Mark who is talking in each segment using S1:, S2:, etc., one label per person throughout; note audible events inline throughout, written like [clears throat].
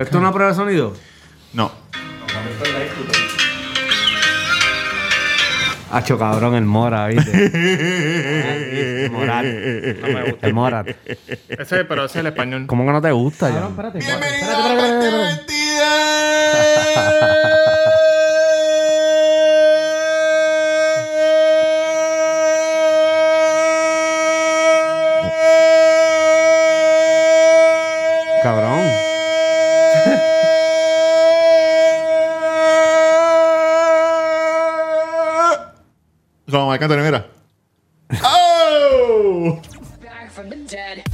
S1: ¿Esto es una prueba de sonido?
S2: No.
S1: Hacho cabrón, el Mora, ¿viste? [laughs] el Morat.
S3: No me gusta.
S1: El Morat.
S3: Ese, pero ese es el
S2: [laughs]
S3: español.
S1: ¿Cómo que no te gusta, John?
S4: espérate.
S1: Cabrón.
S2: Como Mike Anthony, mira. ¡Oh!
S5: back from the dead.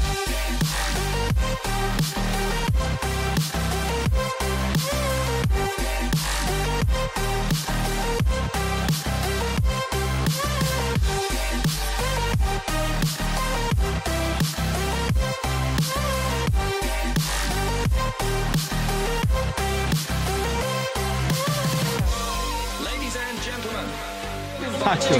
S6: Ladies and gentlemen, fucking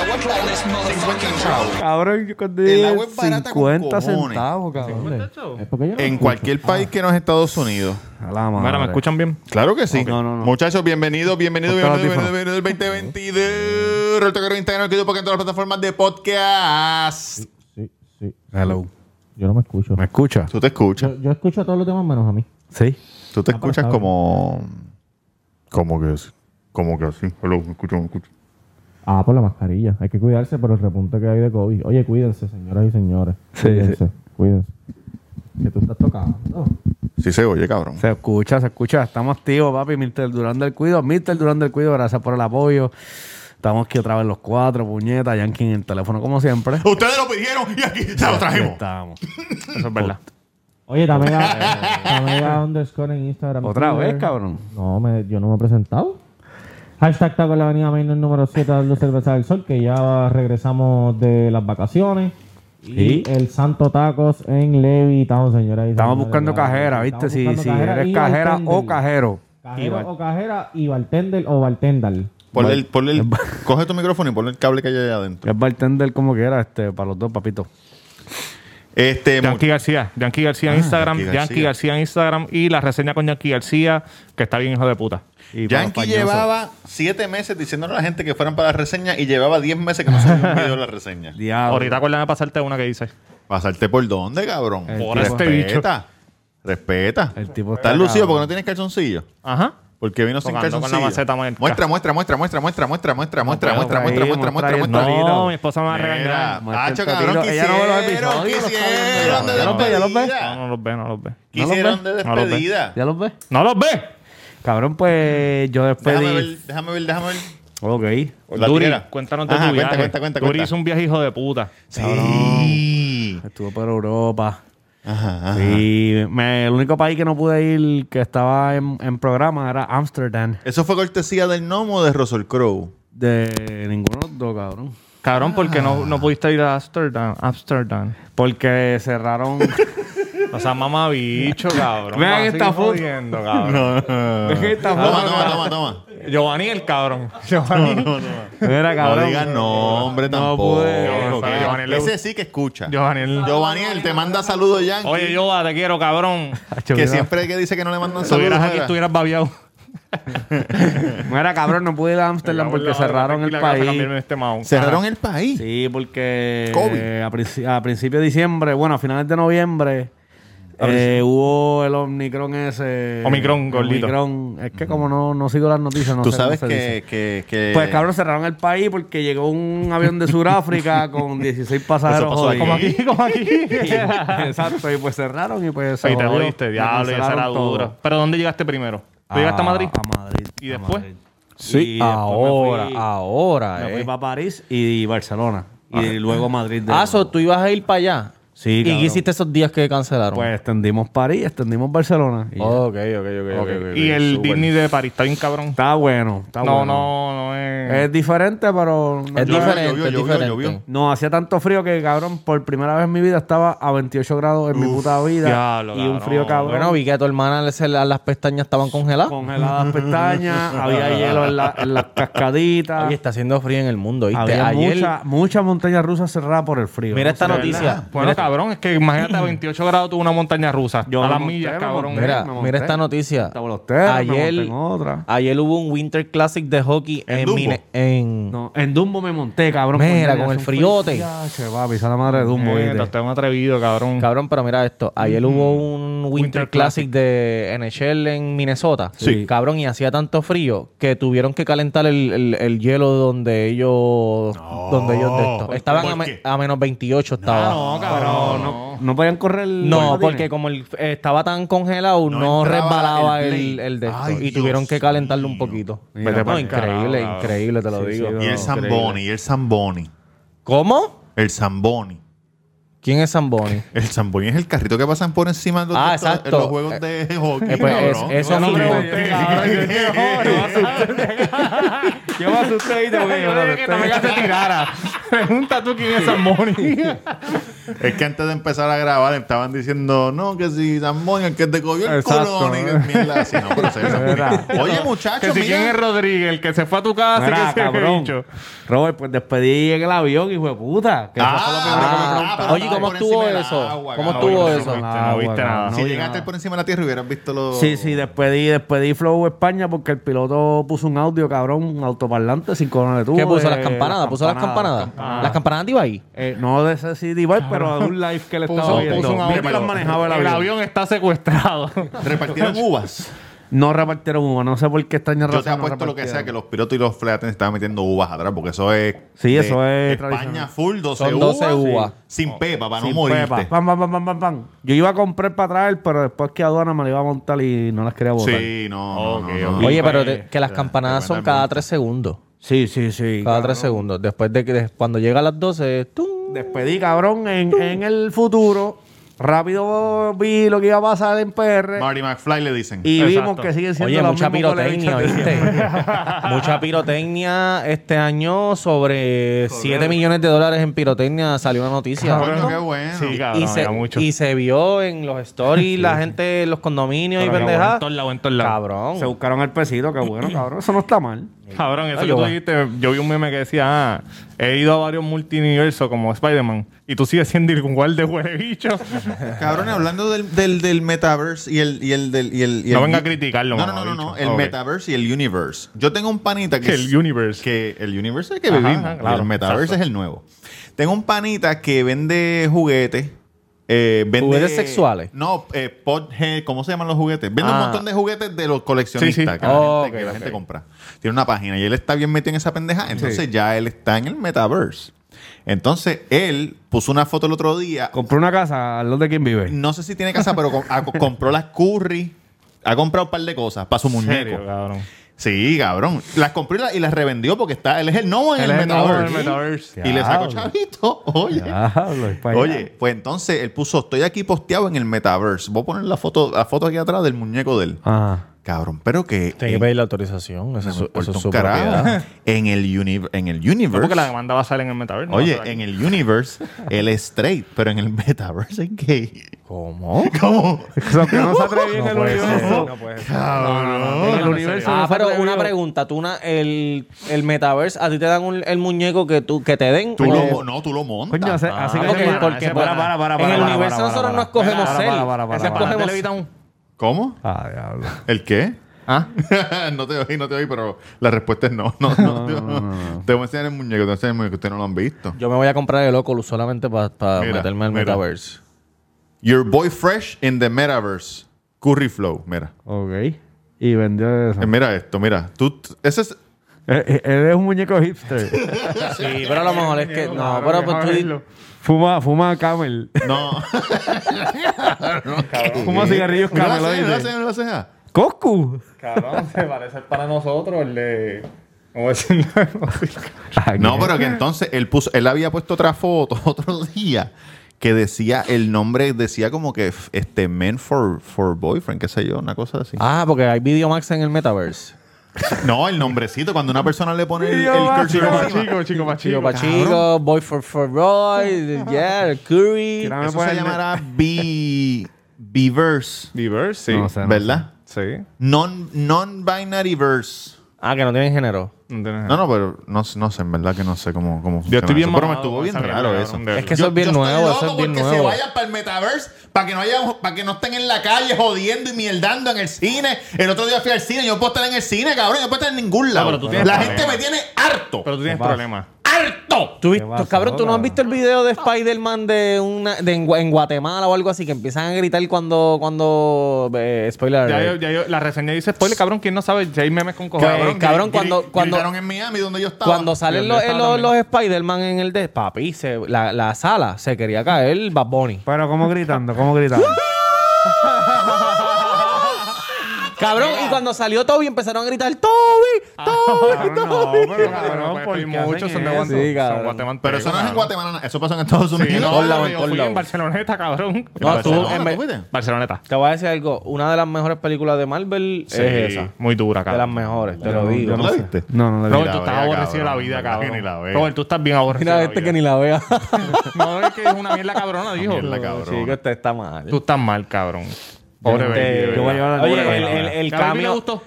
S6: web like this motherfucking troll.
S1: Cabrón, yo cuando
S2: El
S1: dije
S2: agua es barata con
S1: 50
S2: cojones.
S1: centavos, cabrón.
S4: Es porque yo
S2: En
S4: no escucho.
S2: cualquier país que no es Estados Unidos.
S1: A la madre.
S3: Mira, ¿me escuchan bien?
S2: Claro que sí.
S1: No, no, no.
S2: Muchachos, bienvenidos, bienvenidos,
S1: Ponte los
S2: bienvenidos, bienvenidos, bienvenidos, 2022. Roberto Carlos Instagram, YouTube, porque en todas las plataformas de podcast.
S4: Sí, sí.
S1: Hello.
S4: Yo no me escucho.
S1: ¿Me escuchas?
S2: Tú te escuchas.
S4: Yo, yo escucho a todos los demás menos a mí.
S1: Sí.
S2: Tú te escuchas
S4: está
S2: como... Como que así. Como que así. Hello, me escucho, me escucho.
S4: Ah, por la mascarilla. Hay que cuidarse por el repunte que hay de COVID. Oye, cuídense, señoras y señores.
S1: Sí,
S4: Cuídense, cuídense. Que tú estás tocando.
S2: Sí se oye, cabrón.
S1: Se escucha, se escucha. Estamos activos, papi. Mr. Durán del Cuido. Mr. Durán del Cuido, gracias por el apoyo. Estamos aquí otra vez los cuatro, puñetas. Yankee en el teléfono, como siempre.
S2: Ustedes lo pidieron y aquí se lo trajimos.
S1: Estamos.
S3: Eso es verdad.
S4: Oye, dame la, dame la underscore en Instagram.
S1: ¿Otra
S4: Twitter.
S1: vez, cabrón?
S4: No, me, yo no me he presentado. Hashtag Taco en la Avenida Main número 7 de Cerveza del Sol, que ya regresamos de las vacaciones.
S1: Sí.
S4: Y el Santo Tacos en Levi, estamos, señoras y
S1: Estamos
S4: señores,
S1: buscando
S4: claro.
S1: cajera, ¿viste?
S4: Estamos
S1: Si,
S4: buscando
S1: si
S4: cajera
S1: eres
S4: y
S1: cajera o
S4: bartender.
S1: cajero.
S4: Cajero
S1: Y bar-
S4: o cajera y bartender o bartender.
S2: Ponle el, ponle el- coge tu micrófono y ponle el cable que hay allá adentro.
S1: Es bartender como quiera, este, para los dos, papito.
S2: Este,
S3: Yankee García. Yankee García en Instagram.
S2: Yankee
S3: Yankee
S2: García.
S3: García. en Instagram. Y la reseña con Yankee García, que está bien hijo de puta.
S1: Y para los
S2: Yankee
S1: pañosos.
S2: llevaba siete meses diciéndole a la gente que fueran para la reseña y llevaba diez meses que no subía un video de la reseña.
S1: Diablo.
S3: Ahorita acuérdame de pasarte una que dice.
S2: ¿Pasarte por dónde, cabrón?
S1: El
S3: Por tipo- este
S2: Respeta. Respeta.
S1: El tipo está
S2: Estás lucido
S1: cabrón.
S2: porque no tienes calzoncillo.
S3: Ajá.
S2: Porque vino sin
S3: Tocando con la
S2: calzoncillo.
S3: maceta muerta.
S2: muestra, muestra, muestra, muestra, muestra, muestra, muestra,
S1: puedo,
S2: muestra, muestra,
S1: ahí,
S2: muestra, muestra,
S1: muestra
S2: muestra,
S1: ahí,
S2: muestra.
S1: no.
S3: No, mi esposa me va a
S2: Pues Mira,
S3: regañar.
S1: Muestra el
S2: Hacho, cabrón,
S1: tatilo. Ella no ve los
S2: quisieron,
S1: episodios, los cabrón,
S2: quisieron de
S1: ya los ve, ya los ve.
S2: despedida.
S3: No, no los ve, no los ve.
S2: Quisieron de
S3: No los ve.
S2: despedida.
S1: ¿Ya los ves?
S3: ¡No los ve!
S1: Cabrón, pues yo después
S2: Déjame
S1: di-
S2: ver, déjame ver, déjame ver.
S1: Ok.
S2: La
S3: Duri,
S2: tijera.
S3: cuéntanos de
S2: Ajá,
S3: tu viaje.
S2: cuenta, cuenta, cuenta,
S3: Duri
S2: cuenta.
S3: hizo un viaje hijo de puta.
S2: Sí.
S1: Estuve por Europa.
S2: Ajá, ajá.
S1: Y me- el único país que no pude ir que estaba en, en programa era Amsterdam.
S2: Eso fue cortesía del gnomo o de Russell
S1: [laughs]
S2: Crowe.
S1: De ninguno de los dos, cabrón.
S3: Cabrón, porque no, no pudiste ir a Amsterdam. Amsterdam.
S1: Porque cerraron.
S2: [laughs]
S3: O sea, mamá bicho,
S1: Vean
S3: cabrón. Me vas a
S1: esta
S3: seguir
S1: foto.
S3: jodiendo, cabrón.
S1: Esta
S2: Toma,
S1: foto,
S2: toma,
S1: cabrón. [laughs]
S2: toma, toma.
S3: Giovanni el cabrón. Giovanni.
S1: Mira,
S2: No
S1: cabrón.
S2: digas nombre tampoco.
S1: pude.
S2: Yo creo que
S3: Giovanni le-
S2: Ese sí que escucha.
S3: Giovanni el-
S2: Giovanni, te manda saludos, Yankee.
S3: Oye, Yoda, te quiero, cabrón.
S1: Hacho,
S2: que
S1: mira.
S2: siempre que dice que no le mandan saludos.
S3: Estuvieras aquí,
S2: mira.
S3: estuvieras [laughs] babiado.
S1: Mira, cabrón, no pude ir a Amsterdam porque cerraron el país.
S3: este [laughs]
S2: Cerraron el país.
S1: Sí, porque
S2: COVID.
S1: eh, a, princi- a principios de diciembre, bueno, a finales de noviembre, eh, hubo el Omicron ese.
S3: Omicron, gordito.
S1: Omicron. Es que como no, no sigo las noticias, no
S2: Tú
S1: sé
S2: sabes
S1: cómo se dice.
S2: que, que, que-
S1: Pues cabrón, cerraron el país porque llegó un avión de
S7: [laughs]
S1: Sudáfrica con 16 pasajeros.
S2: Eso pasó
S1: jodidos.
S3: Como aquí, como aquí.
S1: Exacto, [laughs] y pues cerraron y pues
S3: Y te
S1: jodió.
S3: jodiste,
S1: Me
S3: diablo, y esa era
S1: cancelaron todo.
S3: dura. Pero ¿dónde llegaste primero? ¿Tú llegaste a Madrid?
S1: Ah, A Madrid.
S3: ¿Y
S1: a
S3: después?
S1: Madrid.
S7: Sí,
S1: Y después me
S7: ahora,
S1: fui-
S7: ahora.
S1: Me
S7: eh.
S1: fui para París y Barcelona. Y luego Madrid. de
S7: Ah,
S1: nuevo.
S7: so, tú ibas a ir para allá.
S1: Sí,
S7: ¿Y
S1: cabrón.
S7: qué hiciste esos días que cancelaron?
S1: Pues extendimos París, extendimos Barcelona. y ya.
S7: ok, ok, ok. ok, ok.
S3: Y el Disney de París está Eh, bien cabrón.
S1: Está bueno, está
S3: No,
S1: bueno.
S3: no, no es.
S1: Es diferente, pero... no-
S7: Es
S2: Llovió,
S7: diferente,
S2: llovió,
S7: es
S2: llovió,
S7: diferente.
S2: llovió.
S1: No, hacía tanto frío que, cabrón, por primera vez en mi vida estaba a 28 grados en mi puta vida.
S3: diablo,
S1: y un
S3: cabrón.
S1: frío cabrón.
S7: Bueno, vi que a tu hermana le- se- la- las pestañas estaban congeladas.
S1: congeladas
S3: [laughs]
S1: pestañas, había hielo en, la- en las cascaditas.
S7: Oye, está haciendo frío en el mundo, ¿viste?
S1: Había
S7: Ayer,
S1: mucha- muchas montañas rusas cerradas por el frío.
S7: mira
S1: ¿no?
S7: esta
S1: Sí,
S7: noticia.
S3: Bueno,
S7: mira esta
S3: cabrón. Es que imagínate [clears throat] a 28 grados tuvo una montaña rusa.
S1: Yo
S3: a
S1: me
S3: las
S1: monté,
S3: millas,
S1: me
S3: cabrón.
S1: monté.
S7: Mira,
S1: me monté.
S7: mira esta noticia.
S1: Estaba los teros, me monté
S7: Ayer,
S1: en otra.
S7: ayer hubo un Winter Classic de hockey
S2: ¿En
S7: en,
S2: Dumbo?
S7: Mine- en-
S1: No, en Dumbo me monté, cabrón.
S7: Mira,
S1: coño,
S7: con el
S1: hace un
S7: friote.
S1: frío, che, papi, esa es la madre de Dumbo.
S3: Eh,
S1: ¿viste?
S3: te un atrevido, cabrón.
S7: Cabrón, pero mira esto. Ayer hubo un Winter,
S3: Winter
S7: Classic, de NHL en Minnesota.
S2: Sí.
S7: Cabrón, y hacía tanto frío que tuvieron que calentar el, el- el hielo donde ellos. donde ellos de esto.
S2: ¿Por-
S7: Estaban
S2: por
S7: a, me-
S2: qué?
S7: a menos 28 estaba.
S3: No, cabrón. No.
S1: No podían correr.
S7: No, porque como el- eh, estaba tan congelado,
S2: No
S7: no,
S2: entraba
S7: resbalaba
S2: el
S7: el,
S2: play.
S7: el de esto.
S2: Ay,
S7: y tuvieron
S2: Dios
S7: que calentarlo un
S2: mío.
S7: poquito.
S1: Mira,
S7: No,
S1: pa'l
S7: increíble,
S3: carajo.
S7: increíble, te lo digo.
S2: Y el Zamboni, y el Zamboni.
S7: ¿Cómo?
S2: El Zamboni.
S7: ¿Quién es Zamboni?
S2: El Zamboni es el carrito que pasan por encima de los,
S7: Ah,
S2: de estos-
S7: exacto.
S2: los juegos de hockey.
S7: Eh, pues, es-
S2: cabrón.
S7: eso
S3: Yo no
S7: mismo.
S3: pregunté, cabrón. Yo dije, "Oh, yo me asusté". Yo me asusté y te voy
S1: Yo dije
S3: a
S1: que
S3: que
S1: no me
S3: te tirara. [laughs] Pregunta tú quién es Zamboni.
S2: Es que antes de empezar a grabar estaban diciendo, no, que si Zamboni, el que te cogió el
S1: Exacto.
S2: colón y que es mierda así. No, pero ese es el Zamboni.
S1: Verdad.
S2: Oye, muchachos,
S3: Que si quién es
S2: mira.
S3: Rodríguez, el que se fue a tu casa y Ah, que
S1: Mira,
S3: se
S1: cabrón.
S3: cabrón. Bicho.
S1: Robert, pues despedí en el avión, hijo de puta. Que eso fue
S2: Ah.
S1: lo primero que me preguntaron.
S2: pero
S7: Oye, ¿cómo
S2: por
S7: estuvo
S2: encima del
S7: eso? ¿Cómo
S2: cabrón.
S7: estuvo
S2: No,
S7: eso?
S2: no,
S3: Este, No viste nada.
S1: No
S2: Si
S1: vi
S2: llegaste
S1: nada.
S2: por encima de la tierra hubieras visto los...
S1: Sí, sí, despedí, despedí Flow España porque el piloto puso un audio, cabrón, un autoparlante sin corona de tubo.
S7: ¿Qué puso?
S1: eh,
S7: ¿Las campanadas? ¿Puso las campanadas? ¿Las campanadas de Ibai?
S1: Eh, no de ese CD, bar, pero de un live que le estaba viendo.
S2: puso un
S1: Mira
S2: audio.
S1: que los manejaba el
S3: El
S1: avión.
S3: avión está secuestrado.
S2: Repartieron uvas.
S1: No repartieron uva, no sé por qué esta año
S2: Yo te apuesto lo que sea que los pilotos y los fleates estaban metiendo uvas atrás, porque eso es.
S1: Sí,
S2: de
S1: eso es
S2: España
S1: tradicional.
S2: full, 12
S7: Son
S2: uvas.
S7: 12 uvas.
S2: Sin pepa, para no
S1: Sin
S2: morirte.
S1: pepa. Pam, pam, pam, pam, pam, pam. Yo iba a comprar para traer, pero después que aduana me la iba a montar y no las quería botar. Sí,
S2: Sí, no. no,
S3: Ok,
S2: no, no.
S3: ok.
S7: Oye, pero
S3: Ibai.
S7: te- que las campanadas son cada 3 segundos.
S1: sí, sí. sí
S7: Cada 3 segundos. Después de que de- cuando llega a las 12, ¡tum!
S1: Despedí, cabrón, en, en el futuro. Rápido vi lo que iba a pasar en PR.
S2: Marty McFly le dicen.
S1: y
S3: Exacto.
S1: vimos que siguen siendo
S7: Oye,
S1: los
S7: mucha
S1: mismos goles
S7: pirotecnia,
S1: hechos de
S7: ¿viste?
S1: siempre.
S7: [laughs] mucha pirotecnia este año sobre 7 millones de dólares en pirotecnia salió una noticia.
S2: Coño, qué bueno.
S3: [laughs] Sí, cabrón,
S7: y, se,
S3: era mucho.
S7: y se vio en los
S1: [laughs]
S7: stories la gente en los condominios
S3: Pero
S7: y
S3: que
S7: pendejadas.
S3: En todos lados, en todos lados.
S7: Cabrón.
S1: Se buscaron el pesito, qué bueno, cabrón. Eso no está mal.
S3: Cabrón, eso
S7: Ay,
S3: que tú
S7: va.
S3: dijiste, yo vi un meme que decía, ah, he ido a varios multiversos como Spider-Man y tú sigues siendo igual de huele bicho.
S2: Cabrón, hablando del, del, del metaverse y el, y el, del, y el, y
S3: No
S2: el-
S3: venga a criticarlo,
S2: No, no, no, no,
S3: mamabicho.
S2: no, El
S3: Ok.
S2: metaverse y el universe. Yo tengo un panita que.
S3: [laughs] El
S2: es-
S3: universe.
S2: Que el universe es el que
S3: Ajá,
S2: vivimos.
S3: ajá,
S2: y
S3: claro,
S2: el metaverse
S3: exacto.
S2: es el nuevo. Tengo un panita que vende juguetes. eh, vende,
S7: ¿Juguetes sexuales?
S2: No, eh, pothead, ¿cómo se llaman los juguetes? Vende un
S7: Ah.
S2: montón de juguetes de los coleccionistas
S3: Sí, sí.
S2: Que, la,
S7: Oh,
S2: gente, que
S7: ok,
S2: la
S7: ok.
S2: gente compra. Tiene una página y él está bien metido en esa pendeja. Entonces ya él está en el metaverse. Entonces él puso una foto el otro día
S1: Compró una casa al lado de quien vive.
S2: no sé si tiene casa, pero com- ha- compró las curry. Ha comprado un par de cosas para su muñeco.
S3: Serio, cabrón.
S2: Sí, cabrón. Las compró y, la- y las revendió porque está, él es el nuevo en
S3: Él
S2: el
S3: es el nuevo en el
S2: metaverse.
S3: metaverse.
S2: Y le sacó
S1: Diablo.
S2: chavito. [laughs] Oye.
S1: Diablo, es para allá.
S2: Oye, pues entonces él puso, estoy aquí posteado en el metaverse. Voy a poner la foto, la foto aquí atrás del muñeco de él.
S1: Ajá.
S2: Cabrón, pero que.
S7: Tiene que
S2: en-
S7: pedir la autorización. Eso,
S2: no
S7: es
S2: me
S7: su-
S2: importa
S7: eso es
S2: un
S7: su
S2: carajo.
S7: propiedad.
S2: [laughs] En el, uni- en el
S3: No
S2: universe.
S3: porque la demanda va a salir en el metaverso.
S2: Oye, en el universe, él es straight, pero en el metaverse es gay.
S7: ¿Cómo?
S2: ¿Cómo?
S1: Eso que [laughs] no se atrevió en
S7: No
S1: el
S7: puede ser,
S1: universo.
S7: no puede ser.
S1: En el
S3: no,
S1: universo.
S3: no,
S1: no
S7: Ah,
S1: se
S7: pero
S1: atrevió.
S7: una pregunta. Tú na- el, el metaverse, a ti te dan un- el muñeco que, tú, que te den.
S2: Tú
S7: o-
S2: lo, no, tú lo montas.
S1: Coño, hace-
S7: Ah,
S1: así que
S7: porque-
S1: se-
S7: porque
S1: se- para,
S7: para-
S1: para, para,
S7: en
S1: para,
S7: el
S1: para,
S7: universo
S1: para,
S7: nosotros
S1: para,
S7: no escogemos
S1: para,
S7: cel.
S1: para, para, para,
S7: Ese es
S1: para.
S7: escogemos-
S2: ¿Cómo?
S1: Ah, diablo.
S2: ¿El qué?
S7: Ah.
S2: [laughs] no te oí, no te oí, pero la respuesta es no. [laughs] No, no, te- Te voy a enseñar el muñeco, te voy a enseñar el muñeco, ustedes no lo han visto.
S7: Yo me voy a comprar el Oculus solamente para
S2: Mira,
S7: meterme al
S2: mira.
S7: metaverse.
S2: Your boy fresh in the metaverse. Curry flow, mira.
S1: Ok. Y vendió eso.
S2: Eh, mira esto, mira. Tú, t- ese es...
S1: Eh, eh, Él es un muñeco hipster.
S7: Sí, pero a lo mejor es que. No, pero pues tú. di-
S1: Fuma, fuma camel.
S2: No. [laughs]
S1: Fuma cigarrillos
S2: Mira la ceja, mira la
S1: cameloides.
S2: ceja, mira la ceja.
S1: Coscu.
S3: Cabrón, se parece para nosotros el de... ¿Cómo decirlo? [laughs]
S2: No, pero que entonces él puso, él había puesto otra foto [laughs] otro día que decía el nombre, decía como que f- este men for, for boyfriend, qué sé yo, una cosa así.
S7: Ah, porque hay Videomax en el metaverse.
S2: No, el nombrecito, cuando una persona le pone el, el
S3: Ah,
S1: Idioma.
S2: cursor
S1: Idioma.
S2: encima.
S3: Chico, chico,
S7: Chico
S3: machico.
S7: Pachico, Boy for, for Roy, yeah, Curry.
S1: Tira-
S2: Eso se
S1: ponerle-
S2: llamará B... Biverse,
S3: Diverse, sí.
S1: No sé.
S2: ¿verdad?
S3: Sí.
S2: Non, non-binary verse.
S7: Ah, que no tienen género.
S3: No, tienes-
S2: No, no, pero no, no sé, en verdad que no sé cómo, cómo funciona.
S3: Yo estoy bien
S2: eso, pero me
S3: mamado
S2: estuvo
S3: con
S2: bien
S3: esa mierda,
S2: raro
S3: cabrón,
S2: eso.
S3: de-
S7: Es que eso es bien nuevo, eso es bien nuevo.
S2: para el metaverse, para que no haya, para que no estén en la calle jodiendo y mierdando en el cine. El otro día fui al cine, yo no puedo estar en el cine, cabrón, yo no puedo estar en
S7: Ah,
S2: ningún lado.
S3: pero tú tienes problemas.
S2: tiene harto.
S3: Pero tú tienes
S1: Papá.
S3: problemas.
S2: ¡Harto!
S7: ¿Tú viste-
S1: ¿Qué pasó,
S7: cabrón, ¿tú no has
S1: cabrón?
S7: visto el video de Spider-Man de una, de en, Gua- en Guatemala o algo así que empiezan a gritar cuando. cuando eh, spoiler.
S3: Ya yo,
S7: alert.
S3: ya yo- la reseña dice spoiler, cabrón. ¿Quién no sabe? Ya hay memes con cojones.
S7: Cabrón,
S2: gri-
S7: cuando-
S2: gri-
S7: cuando-
S2: [laughs] gritaron en Miami donde yo estaba.
S7: Cuando salen
S3: Yo
S7: los,
S3: estaba
S7: los,
S3: también.
S7: los Spider-Man en el de papi, se- la, la sala se quería caer Bad Bunny.
S1: Pero ¿cómo gritando? ¿Cómo gritando?
S7: Cabrón, y cuando salió Toby empezaron a gritar Toby,
S3: Ah.
S7: Toby,
S3: Cabrón, no,
S7: Toby.
S3: pero
S1: Cabrón,
S3: cabrón,
S1: ¿por
S3: porque
S1: qué
S3: muchos
S1: hacen
S3: son de
S1: eso?
S3: Guatemala.
S7: Sí, cabrón.
S3: Son guatemaltecos,
S2: Pero eso no es en
S3: cabrón.
S2: Guatemala, no, eso pasó en Estados Unidos.
S3: Sí,
S7: Por la-
S3: no, yo
S7: por
S3: fui
S7: la-
S3: en Barceloneta, cabrón.
S2: En
S7: No, tú,
S2: Barcelona,
S7: en vez-
S2: fuiste?
S3: Barceloneta.
S7: Te voy a decir algo, una de las mejores películas de Marvel
S3: Sí,
S7: es esa.
S3: muy dura,
S7: De las
S3: cabrón.
S7: mejores, te lo
S1: no-
S7: digo.
S1: yo
S2: ¿No la viste?
S1: No, no le
S2: No,
S1: digo.
S3: Robert, tú estás
S2: vea,
S3: aborrecido de la
S2: cabrón,
S3: vida,
S2: verdad que
S3: cabrón.
S2: ni la vea.
S3: Robert, tú estás bien aborrecido.
S7: Mira
S3: de la
S7: este
S3: vida.
S7: que ni la vea.
S3: [laughs] No, es que es una mierda cabrona, dijo.
S2: mierda cabrona.
S7: Chico, este está mal.
S3: Tú estás mal, cabrón. Pobre
S7: Este,
S3: baby. de
S1: yo voy a
S3: verdad.
S1: llevar la
S7: Oye,
S1: cura,
S7: el,
S1: cabrón.
S7: el, el
S3: ¿A Baby le
S7: cambio.
S3: gustó?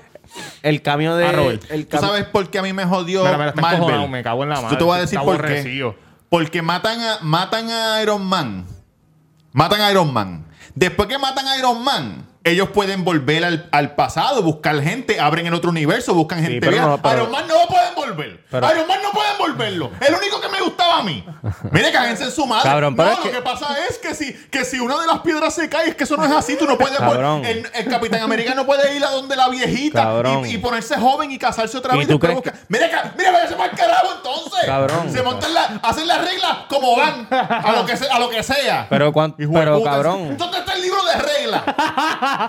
S7: El cambio de.
S3: A Robert.
S7: el
S2: ¿Tú
S7: cam-
S2: sabes por qué a mí me jodió
S3: Mira, mira, está encojonado,
S2: Marvel?
S3: me cago en la madre,
S2: Yo te voy a decir
S3: está
S2: por qué.
S3: aborrecido.
S2: Porque matan a, matan a Iron Man. Matan a Iron Man. Después que matan a Iron Man, ellos pueden volver al, al pasado, buscar gente, abren el otro universo, buscan gente.
S7: pero
S2: vieja.
S7: no, pero-
S2: Iron Man no pueden volver.
S7: Pero-
S2: Iron Man no pueden volverlo. El único que me gustaba a mí. Mire, cáguense en su madre.
S7: Cabrón,
S2: no,
S7: pero
S2: lo
S7: es
S2: que...
S7: que-
S2: pasa es que si, que si una de las piedras se cae, es que eso no es así. Tú no puedes vol-
S7: Cabrón.
S2: El, el Capitán América no puede ir a donde la viejita
S7: Cabrón.
S2: y, y ponerse joven y casarse otra
S7: ¿Y
S2: vez.
S7: tú
S2: después
S7: crees
S2: buscar- Mira, ca- mira, váyase para el carajo entonces.
S7: Cabrón.
S2: Se montan la, hacen las reglas como van, a lo que, se- a lo que sea.
S7: Pero, cuan-
S2: Hijo de
S7: pero
S2: puta,
S7: cabrón.
S2: ¿Dónde está el libro de reglas?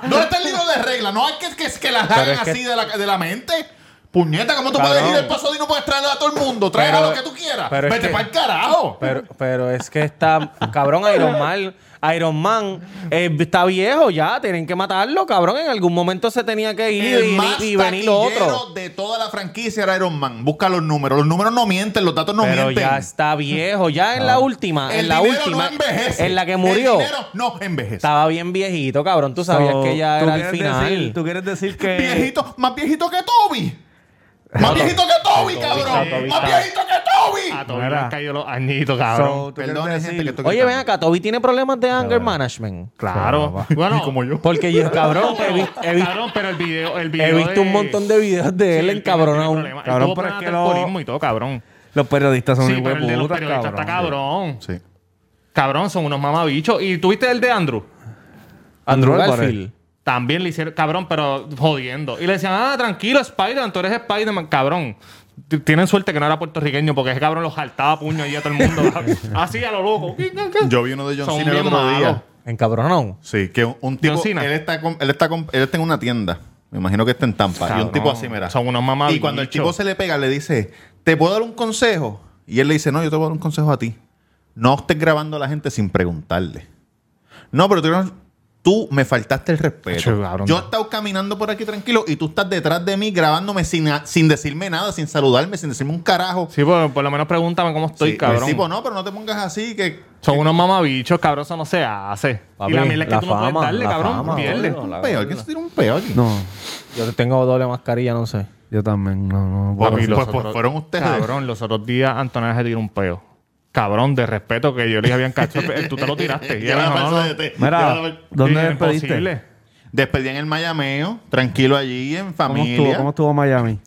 S2: ¿Dónde está el libro de reglas? No hay que, que, que las
S7: Pero
S2: hagan
S7: es que-
S2: así de, la, de la mente. Puñeta, ¿cómo tú puedes
S7: Cabrón.
S2: ir al pasado y no puedes traer a todo el mundo? Trae a
S7: Pero-
S2: lo que tú quieras.
S7: pero es
S2: Vete
S7: que-
S2: para el carajo.
S7: Pero, pero es que está.
S2: [laughs]
S7: Cabrón, Iron Man. Iron Man eh, está viejo ya. Tienen que matarlo, cabrón. En algún momento se tenía que ir
S2: el
S7: y,
S2: más
S7: y venir lo
S2: taquillero
S7: otro.
S2: de toda la franquicia era Iron Man. Busca los números. Los números no mienten, los datos no
S7: pero
S2: mienten.
S7: ya está viejo. Ya en la última.
S2: El
S7: en la
S2: dinero
S7: última.
S2: no envejece.
S7: en la que
S2: El
S7: murió.
S2: dinero no envejece.
S7: Estaba bien viejito, cabrón. Tú sabías
S1: So,
S7: que ya
S1: ¿tú
S7: era el
S1: quieres
S7: final.
S1: decir- ¿Tú quieres decir que.
S2: [laughs] viejito, más viejito que Toby. Más viejito que Toby, cabrón.
S7: está, Toby
S2: Más
S7: está.
S2: viejito que
S3: A
S2: Toby.
S3: todos
S1: Mira.
S3: han caído los añitos,
S1: So,
S3: cabrón.
S1: Ah, ¿tú quieres
S2: Perdone,
S1: decir-
S2: gente, que estoy
S7: Oye,
S2: gritando.
S7: ven acá. Toby tiene problemas de anger management.
S3: Claro. Bueno,
S2: Y
S3: [laughs]
S2: como yo.
S7: Porque yo, cabrón, he, vi- he vi-
S3: Cabrón, pero el video. El video
S7: he visto un montón de videos de él encabronado.
S1: Cabrón,
S3: Cabrón,
S1: pero
S3: pero
S1: es que lo-
S3: alcoholismo y todo, cabrón.
S1: Los periodistas son
S3: Sí,
S1: muy
S3: pero el de los
S1: hueputas,
S3: periodistas está cabrón.
S2: Sí.
S3: Cabrón, son unos mamabichos. ¿Y tuviste el de Andrew?
S7: Andrew
S1: Álvarez.
S7: Garfield.
S3: También le hicieron, cabrón, pero jodiendo. Y le decían, ah, tranquilo, Spider-Man, tú eres Spider-Man, cabrón. T- Tienen suerte que no era puertorriqueño porque ese cabrón los jaltaba a puño allí a todo el mundo. Así a lo loco.
S2: Yo vi uno de John
S3: Son
S2: Cena el
S3: bien
S2: otro
S3: malos.
S2: día.
S7: Encabronado.
S2: Sí, que un, un tipo.
S3: John Cena.
S2: Él está, con- él, está con- él está en una tienda. Me imagino que está en Tampa. y
S3: Cabrón,
S2: un tipo así, mira.
S3: son unos mamabichos.
S2: Y cuando el tipo se le pega, le dice, ¿te puedo dar un consejo? Y él le dice, no, yo te voy a dar un consejo a ti. No estés grabando a la gente sin preguntarle. No, pero tú, no- tú me faltaste el respeto.
S3: Acho, cabrón.
S2: yo he estado caminando por aquí tranquilo y tú estás detrás de mí grabándome sin, sin decirme nada, sin saludarme, sin decirme un carajo.
S3: Sí, pues, por, por lo menos pregúntame cómo estoy,
S2: Sí,
S3: cabrón.
S2: el tipo, no, pero no te pongas así que...
S3: Son unos mamabichos, cabrón, eso no se hace.
S7: Papi,
S3: y la mierda es que
S7: la
S3: tú no
S7: fama,
S3: puedes darle,
S7: la
S3: cabrón,
S7: fama,
S3: pierde.
S7: boludo. No, la
S2: un peor, que
S7: verdad.
S2: se tira un peor aquí.
S1: No,
S7: Yo tengo doble mascarilla, no sé.
S1: yo también. No, no, no puedo.
S2: Papi,
S3: Papi,
S2: pues,
S3: los
S2: pues,
S3: otros-
S2: fueron ustedes.
S3: Cabrón, los otros días Antonella se tiró un peo. Cabrón, de respeto que yo le dije habían cachado. Tú te lo
S2: [laughs]
S3: tiraste. Y
S2: Lleva la
S3: ella me dijo,
S2: bolsa
S3: no,
S2: de
S3: no.
S2: té. Lleva la
S1: Mira,
S2: bol-
S1: ¿dónde
S3: Y yo,
S1: despediste?
S3: imposible.
S2: Despedí en el Mayameo, tranquilo allí, en
S1: ¿Cómo estuvo,
S2: familia.
S1: ¿Cómo estuvo Miami?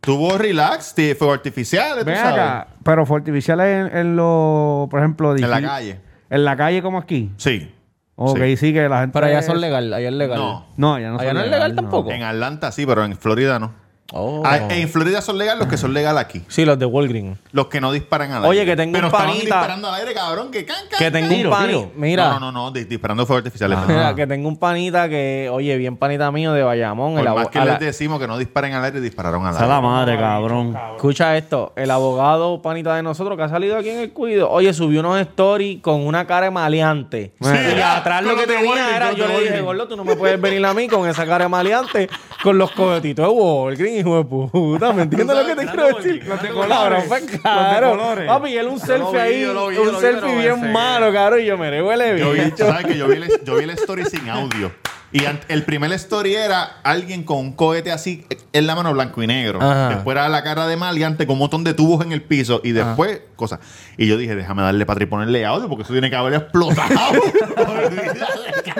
S2: Tuvo relax, te- fuego artificial, tú
S1: Ven
S2: sabes.
S1: acá, pero fortificiales en, en lo, por ejemplo,
S2: En la
S1: digi-
S2: calle.
S1: En la calle como aquí.
S2: Sí.
S1: Ok, sí, que la gente.
S7: Pero allá
S1: es-
S7: son legal, allá es legal.
S2: No.
S1: No, allá no
S7: Allá
S1: son
S7: no es Pues, legal
S1: legales,
S7: tampoco.
S2: En Atlanta sí, pero en Florida no.
S7: Oh.
S2: Ah, en Florida son legales los que son legal aquí.
S7: Sí, los de Walgreens.
S2: Los que no disparan al aire.
S7: Oye, que tengo
S2: pero
S7: un
S2: estaban
S7: panita-
S2: disparando al aire, cabrón. Que can, can,
S7: Que tengo
S2: can.
S7: un panita. Mira. Ah,
S2: No, no, no. di- disparando fuego artificial.
S7: Mira, [laughs] que tengo un panita que, oye, bien panita mío de Bayamón.
S2: Por
S7: el
S2: más
S7: abo-
S2: que
S7: a
S2: les
S7: la-
S2: decimos que no disparen al aire, dispararon al
S1: A la
S2: aire.
S1: madre, cabrón.
S7: Escucha esto, el abogado panita de nosotros que ha salido aquí en el cuido, oye, subió unos stories con una cara de maleante. y atrás lo que tenía era, yo le dije, gordo, tú no me puedes venir a mí con esa cara de maleante, con los cohetitos de Walgreens, hijo de puta, ¿me entiendes lo que te quiero decir? Los de colores. Claro, papi, él un selfie ahí, un selfie bien malo, cabrón, y yo me revuelve
S2: Yo vi,
S7: bicho.
S2: ¿sabes que yo vi, el, yo vi el story sin audio. Y an- el primer story era alguien con un cohete así en la mano blanco y negro.
S7: Ajá.
S2: Después era la cara de maleante con un montón de tubos en el piso. Y después, cosas. Y yo dije, déjame darle para atrás y ponerle audio porque eso tiene que haber
S7: [laughs]
S2: explotado. [laughs] Olvídate,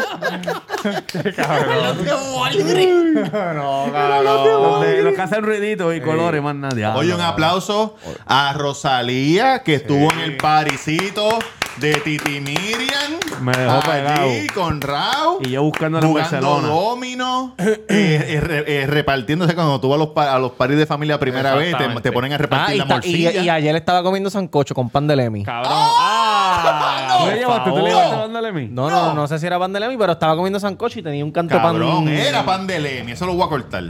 S1: Los, de- los que hacen ruidito y colores, más nadie. Ah,
S2: Oye, un aplauso a Rosalía, que estuvo en el paricito de Titi Miriam.
S1: Me dejó pegado.
S2: allí con Rao.
S1: Y yo buscándola en
S2: Jugando
S1: Barcelona.
S2: domino, eh, eh, re- eh, repartiéndose cuando tú vas a los, pa- a los paris de familia primera vez, te, te ponen a
S7: Ah,
S2: repartir
S7: y,
S2: la
S7: ta- y-
S2: morcilla. ¡Oh,
S7: y ayer estaba comiendo sancocho con pan de lemi.
S3: Cabrón. ¡Ah!
S1: ¿Tú le llevaste? ¿Tú le
S3: Por
S1: llevaste
S3: favor.
S1: dándole a mí?
S7: No, no, no, sé si era pan de lemi, pero estaba comiendo sancocho y tenía un canto de pan.
S2: Cabrón, era pan de Lemi, eso lo voy a cortar.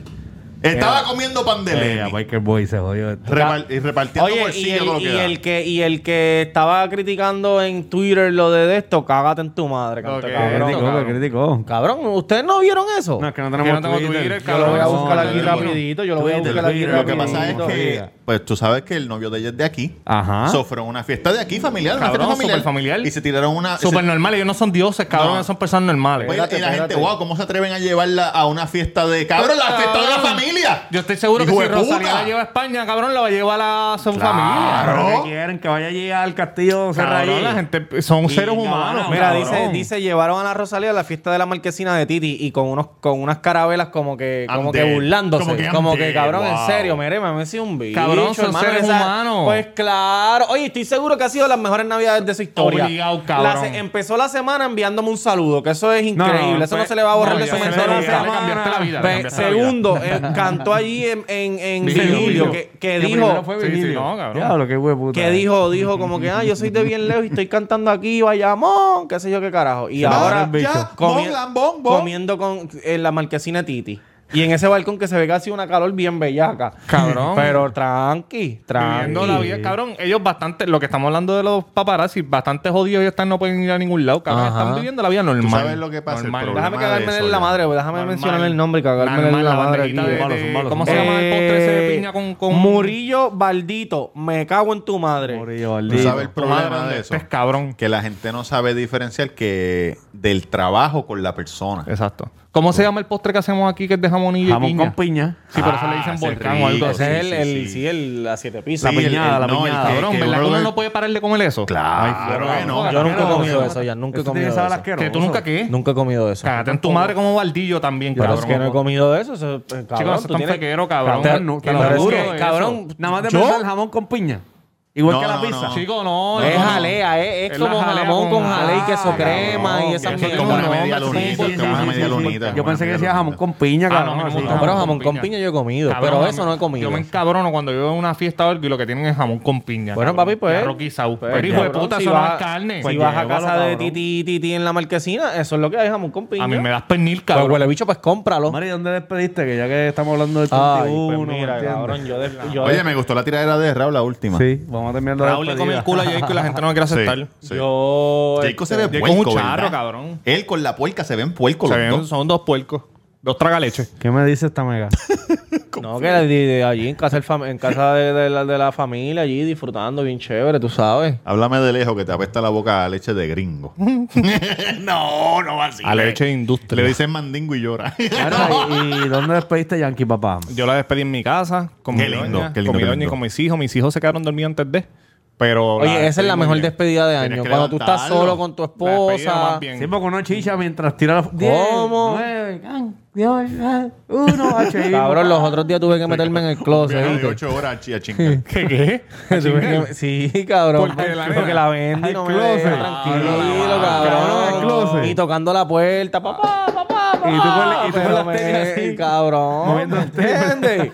S2: Estaba comiendo pan de
S1: Eh, a
S2: Lemi.
S1: Biker Boy se jodió. esto.
S2: repar- y repartiendo
S7: Oye, y
S2: morcilla
S7: el,
S2: todo lo
S7: y
S2: que da.
S7: el que, y el que estaba criticando en Twitter lo de esto, cágate en tu madre, canto
S3: Ok.
S7: de
S1: Que
S7: cabrón.
S1: criticó, que criticó.
S7: Cabrón, ¿ustedes no vieron eso?
S1: No, es que no
S3: Yo no
S1: tenemos
S3: tengo Twitter,
S1: Yo
S7: Yo lo voy a
S3: cabrón.
S7: buscar
S3: No,
S7: aquí
S3: no, no.
S7: rapidito, yo lo voy a
S1: Twitter,
S7: buscar aquí
S1: Twitter,
S2: Lo que
S1: Pero
S2: pasa es
S1: bonito,
S7: rapidito.
S2: que, pues tú sabes que el novio de ella es de aquí.
S7: Ah.
S1: Ajá.
S2: So, fueron a una fiesta de aquí familiar, una
S3: Cabrón,
S2: fiesta familiar,
S3: superfamiliar.
S2: Y se tiraron una. se-
S3: Súper normales. Ellos no son dioses, cabrón.
S2: Ah, No.
S3: Son personas normales.
S2: Oye, y la
S7: espérate.
S2: gente, wow, ¿cómo se atreven a llevarla a una fiesta de. Cabrón, la fiesta de la
S3: Cabrón.
S2: familia.
S3: Yo estoy seguro que
S2: Hijo
S3: si
S2: de puta.
S3: Rosalía la lleva a España, cabrón, la va a llevar a su familia.
S2: Claro.
S1: Pero que quieren que vaya allí al castillo
S3: Cabrón,
S1: Serraí.
S3: la gente son seres humanos.
S7: Mira,
S3: cabrón.
S7: dice, dice, llevaron a la Rosalía a la fiesta de la marquesina de Titi y con unos con unas carabelas como que como
S2: I'm
S7: que
S2: dead.
S7: burlándose.
S2: Como
S7: Como
S2: que
S7: que,
S2: I'm dead,
S7: cabrón,
S2: wow.
S7: en serio, mire, me ha sido un bicho,
S3: Cabrón, son seres humanos.
S7: Pues claro. Oye, estoy seguro que ha sido las mejores navidades de su historia.
S3: Obligado, cabrón.
S7: La se- empezó la semana enviándome un saludo, que eso es
S1: no,
S7: increíble. eso no
S1: pues,
S7: se le va a borrar
S3: no,
S7: de
S3: ya
S7: su
S3: se le-
S7: mente
S3: ya le
S7: nunca.
S3: cambiaste la vida,
S7: Ve-
S3: le cambiaste la vida.
S7: Segundo, eh, cantó allí en, en, en
S3: Vigilio,
S7: Vigilio,
S3: Vigilio.
S7: que, que
S1: Que
S7: dijo...
S1: primero fue
S3: Sí, sí,
S1: Virgilio.
S3: no, cabrón.
S1: Diablo, qué hueputa. eh.
S7: Que dijo, dijo como que, ah, yo soy de bien lejos y estoy cantando aquí, Bayamón, qué sé yo qué carajo. Y
S1: va
S7: Ah, ahora
S1: el bicho.
S7: ya, comi-
S2: Bon, lambón, bon.
S7: comiendo con en la marquesina de Titi. Y en ese balcón que se ve casi una calor bien bellaca.
S3: Cabrón.
S7: Pero tranqui,
S3: Viviendo la
S7: tranqui.
S3: vida, cabrón. Ellos bastante, lo que estamos hablando de los paparazzi, bastante jodidos. Ellos están, no pueden ir a ningún lado, cabrón.
S7: Ajá.
S3: Están viviendo la vida normal.
S2: Tú sabes lo que pasa, el
S3: Normal.
S2: problema.
S7: Déjame
S2: de
S7: cagarme
S2: eso,
S7: en la
S2: ya.
S7: madre, pues, déjame
S3: Normal.
S7: mencionarle el nombre y cagarme en
S3: Normal,
S7: la
S3: la
S7: madre.
S3: bandejita
S7: aquí.
S3: de-
S1: Malo,
S3: de-
S1: son malos,
S3: ¿Cómo
S1: son
S3: se llama el postre ese de
S7: Eh,
S3: piña con, con
S7: Murillo Baldito, me cago en tu madre.
S1: Murillo,
S2: Tú
S1: Valdivia.
S2: sabes el
S3: Madre
S2: problema
S3: mía,
S2: de eso.
S3: este es cabrón.
S2: Que la gente no sabe diferenciar que del trabajo con la persona.
S3: Exacto. ¿Cómo se llama el postre que hacemos aquí que es de jamonillo y
S1: Jamón
S3: piña?
S1: con piña.
S3: Sí, pero eso
S2: Ah,
S3: le dicen
S2: ese
S3: volcán o algo
S2: rico,
S3: así.
S7: Ese es
S2: Sí,
S7: el,
S2: sí,
S7: el,
S2: sí.
S7: sí, el a siete pisos.
S1: La
S2: Sí, el-
S1: piñada,
S2: el-
S1: la
S2: no, el
S1: piñada.
S2: que-
S3: Cabrón,
S2: que
S3: ¿verdad que
S2: uno
S3: uno
S2: lo-
S3: no puede parar de comer eso?
S2: Claro que no.
S7: Yo nunca he
S3: Claro.
S7: comido eso, ya nunca he
S1: Eso
S7: comido
S1: tiene que saber
S7: eso.
S1: asqueroso.
S3: Que tú nunca qué.
S7: Nunca he comido eso.
S3: Cágate en tu madre como baldillo también,
S7: Pero
S3: cabrón.
S7: es que no he comido de eso. eso eh, cabrón,
S3: Chicos, eso
S7: tú
S3: es tan
S7: tienes-
S3: fequero, cabrón.
S1: Te- no, te
S3: Que
S1: lo
S3: no
S7: Pero es
S1: juro.
S7: que,
S3: eso.
S7: cabrón,
S1: Nada más de
S7: ¿yo?
S1: pensar el jamón con piña. Igual
S2: No,
S1: que la
S2: no,
S1: pizza.
S2: no.
S3: Chico, no.
S7: es
S3: no, no.
S7: jalea, eh, es, es
S3: Es la
S7: como
S3: jalea
S7: jamón con
S3: con-
S7: jalea y queso
S3: Ah,
S7: crema
S1: cabrón,
S7: y esas
S1: que
S2: eso es
S7: mierdas.
S2: como una
S7: No,
S2: media
S7: sí,
S2: lunita,
S7: sí,
S2: es como
S7: sí,
S2: una
S7: sí,
S2: media
S7: sí.
S2: lunita.
S1: Yo pensé que decía jamón con piña,
S3: Ah, no,
S1: cabrón.
S3: a mí no me
S1: así.
S3: gusta.
S7: No, pero
S3: Jamón
S7: jamón
S3: con
S7: con
S3: piña.
S7: piña yo he comido.
S3: Cabrón,
S7: Pero
S3: a
S7: eso
S3: mí-
S7: no he comido.
S3: Yo me encabrono cuando yo veo una fiesta o algo y lo que tienen es jamón con piña.
S7: Bueno,
S3: cabrón.
S7: papi, pues-
S3: Y arroz guisado.
S7: Pues,
S3: Pero hijo de
S7: cabrón,
S3: puta,
S7: si
S3: eso
S7: vas-
S3: no es carne.
S7: Si
S1: Pues
S7: vas a
S1: llévalo,
S7: casa de
S1: cabrón.
S7: Titi, Titi en la marquesina, eso es lo que hay, jamón con piña.
S3: A mí me das pernil,
S7: Pues
S3: cabrón.
S7: huele bicho, pues cómpralo.
S1: Mari, ¿dónde despediste? Que ya que estamos hablando del
S7: Ay,
S1: 31,
S7: pues
S1: ¿me
S7: mira,
S1: entiendes?
S7: cabrón, yo de- yo
S2: Oye,
S7: de-
S2: me gustó la tiradera de Raúl, la última.
S1: Sí, vamos a terminar la
S3: Raúl le come el culo a Jayco y la gente no lo quiere
S2: Sí,
S3: aceptar.
S2: sí.
S7: yo... este,
S2: Jayco se ve
S3: Jayco es
S2: puerco,
S3: un charro,
S2: ¿verdad?
S3: cabrón.
S2: Él con la puerca se ven puerco
S3: O sea,
S2: los dos.
S3: son dos puercos. Dos tragaleches.
S1: ¿Qué me dice esta [laughs] mega?
S7: No, que de, de allí en casa, del fam- en casa de, de la, de la familia, allí disfrutando bien chévere, tú sabes.
S2: Háblame de lejos que te apesta la boca a leche de gringo. no, no así. eh.
S3: A la leche de industria.
S2: Le dicen mandingo y llora. [laughs]
S1: Mara, ¿y, y dónde despediste a Yankee, papá?
S3: Yo la despedí en mi casa, con
S2: Qué
S3: mi
S2: lindo,
S3: doña,
S2: qué lindo,
S3: con mi
S2: qué
S3: doña y
S2: lindo.
S3: con mis hijos. Mis hijos se quedaron dormidos antes de. Pero
S7: Oye, esa es
S3: despedí
S7: la
S3: muy
S7: mejor
S3: bien.
S7: despedida de
S2: Tienes
S7: año.
S2: que
S7: Cuando tú estás
S2: levantarlo.
S7: solo con tu
S3: La despedida
S7: esposa.
S3: más bien.
S1: Sí, porque uno chicha mientras tira la...
S7: ¿Cómo?
S1: 9, 10,
S7: [laughs]
S1: 1, H.
S7: Cabrón, los otros días tuve que meterme en el closet.
S2: Viaje de
S7: ¿viste?
S2: ocho horas a chi- a chingar.
S3: ¿Qué?
S1: [laughs]
S3: qué?
S7: [laughs] Tuve que- Sí, cabrón.
S3: Porque la nena-
S7: Porque la vendí
S1: Al
S7: no me
S1: closet.
S7: deja tranquilo,
S1: Cabrón, al
S7: cabrón.
S1: closet.
S7: Y tocando la puerta, papá, papá, papá.
S1: Y tú con la- y tú con
S7: Pero
S1: las
S7: me-
S1: tetas así,
S7: Cabrón.
S1: moviendo las tetas.
S7: ¿Entiendes?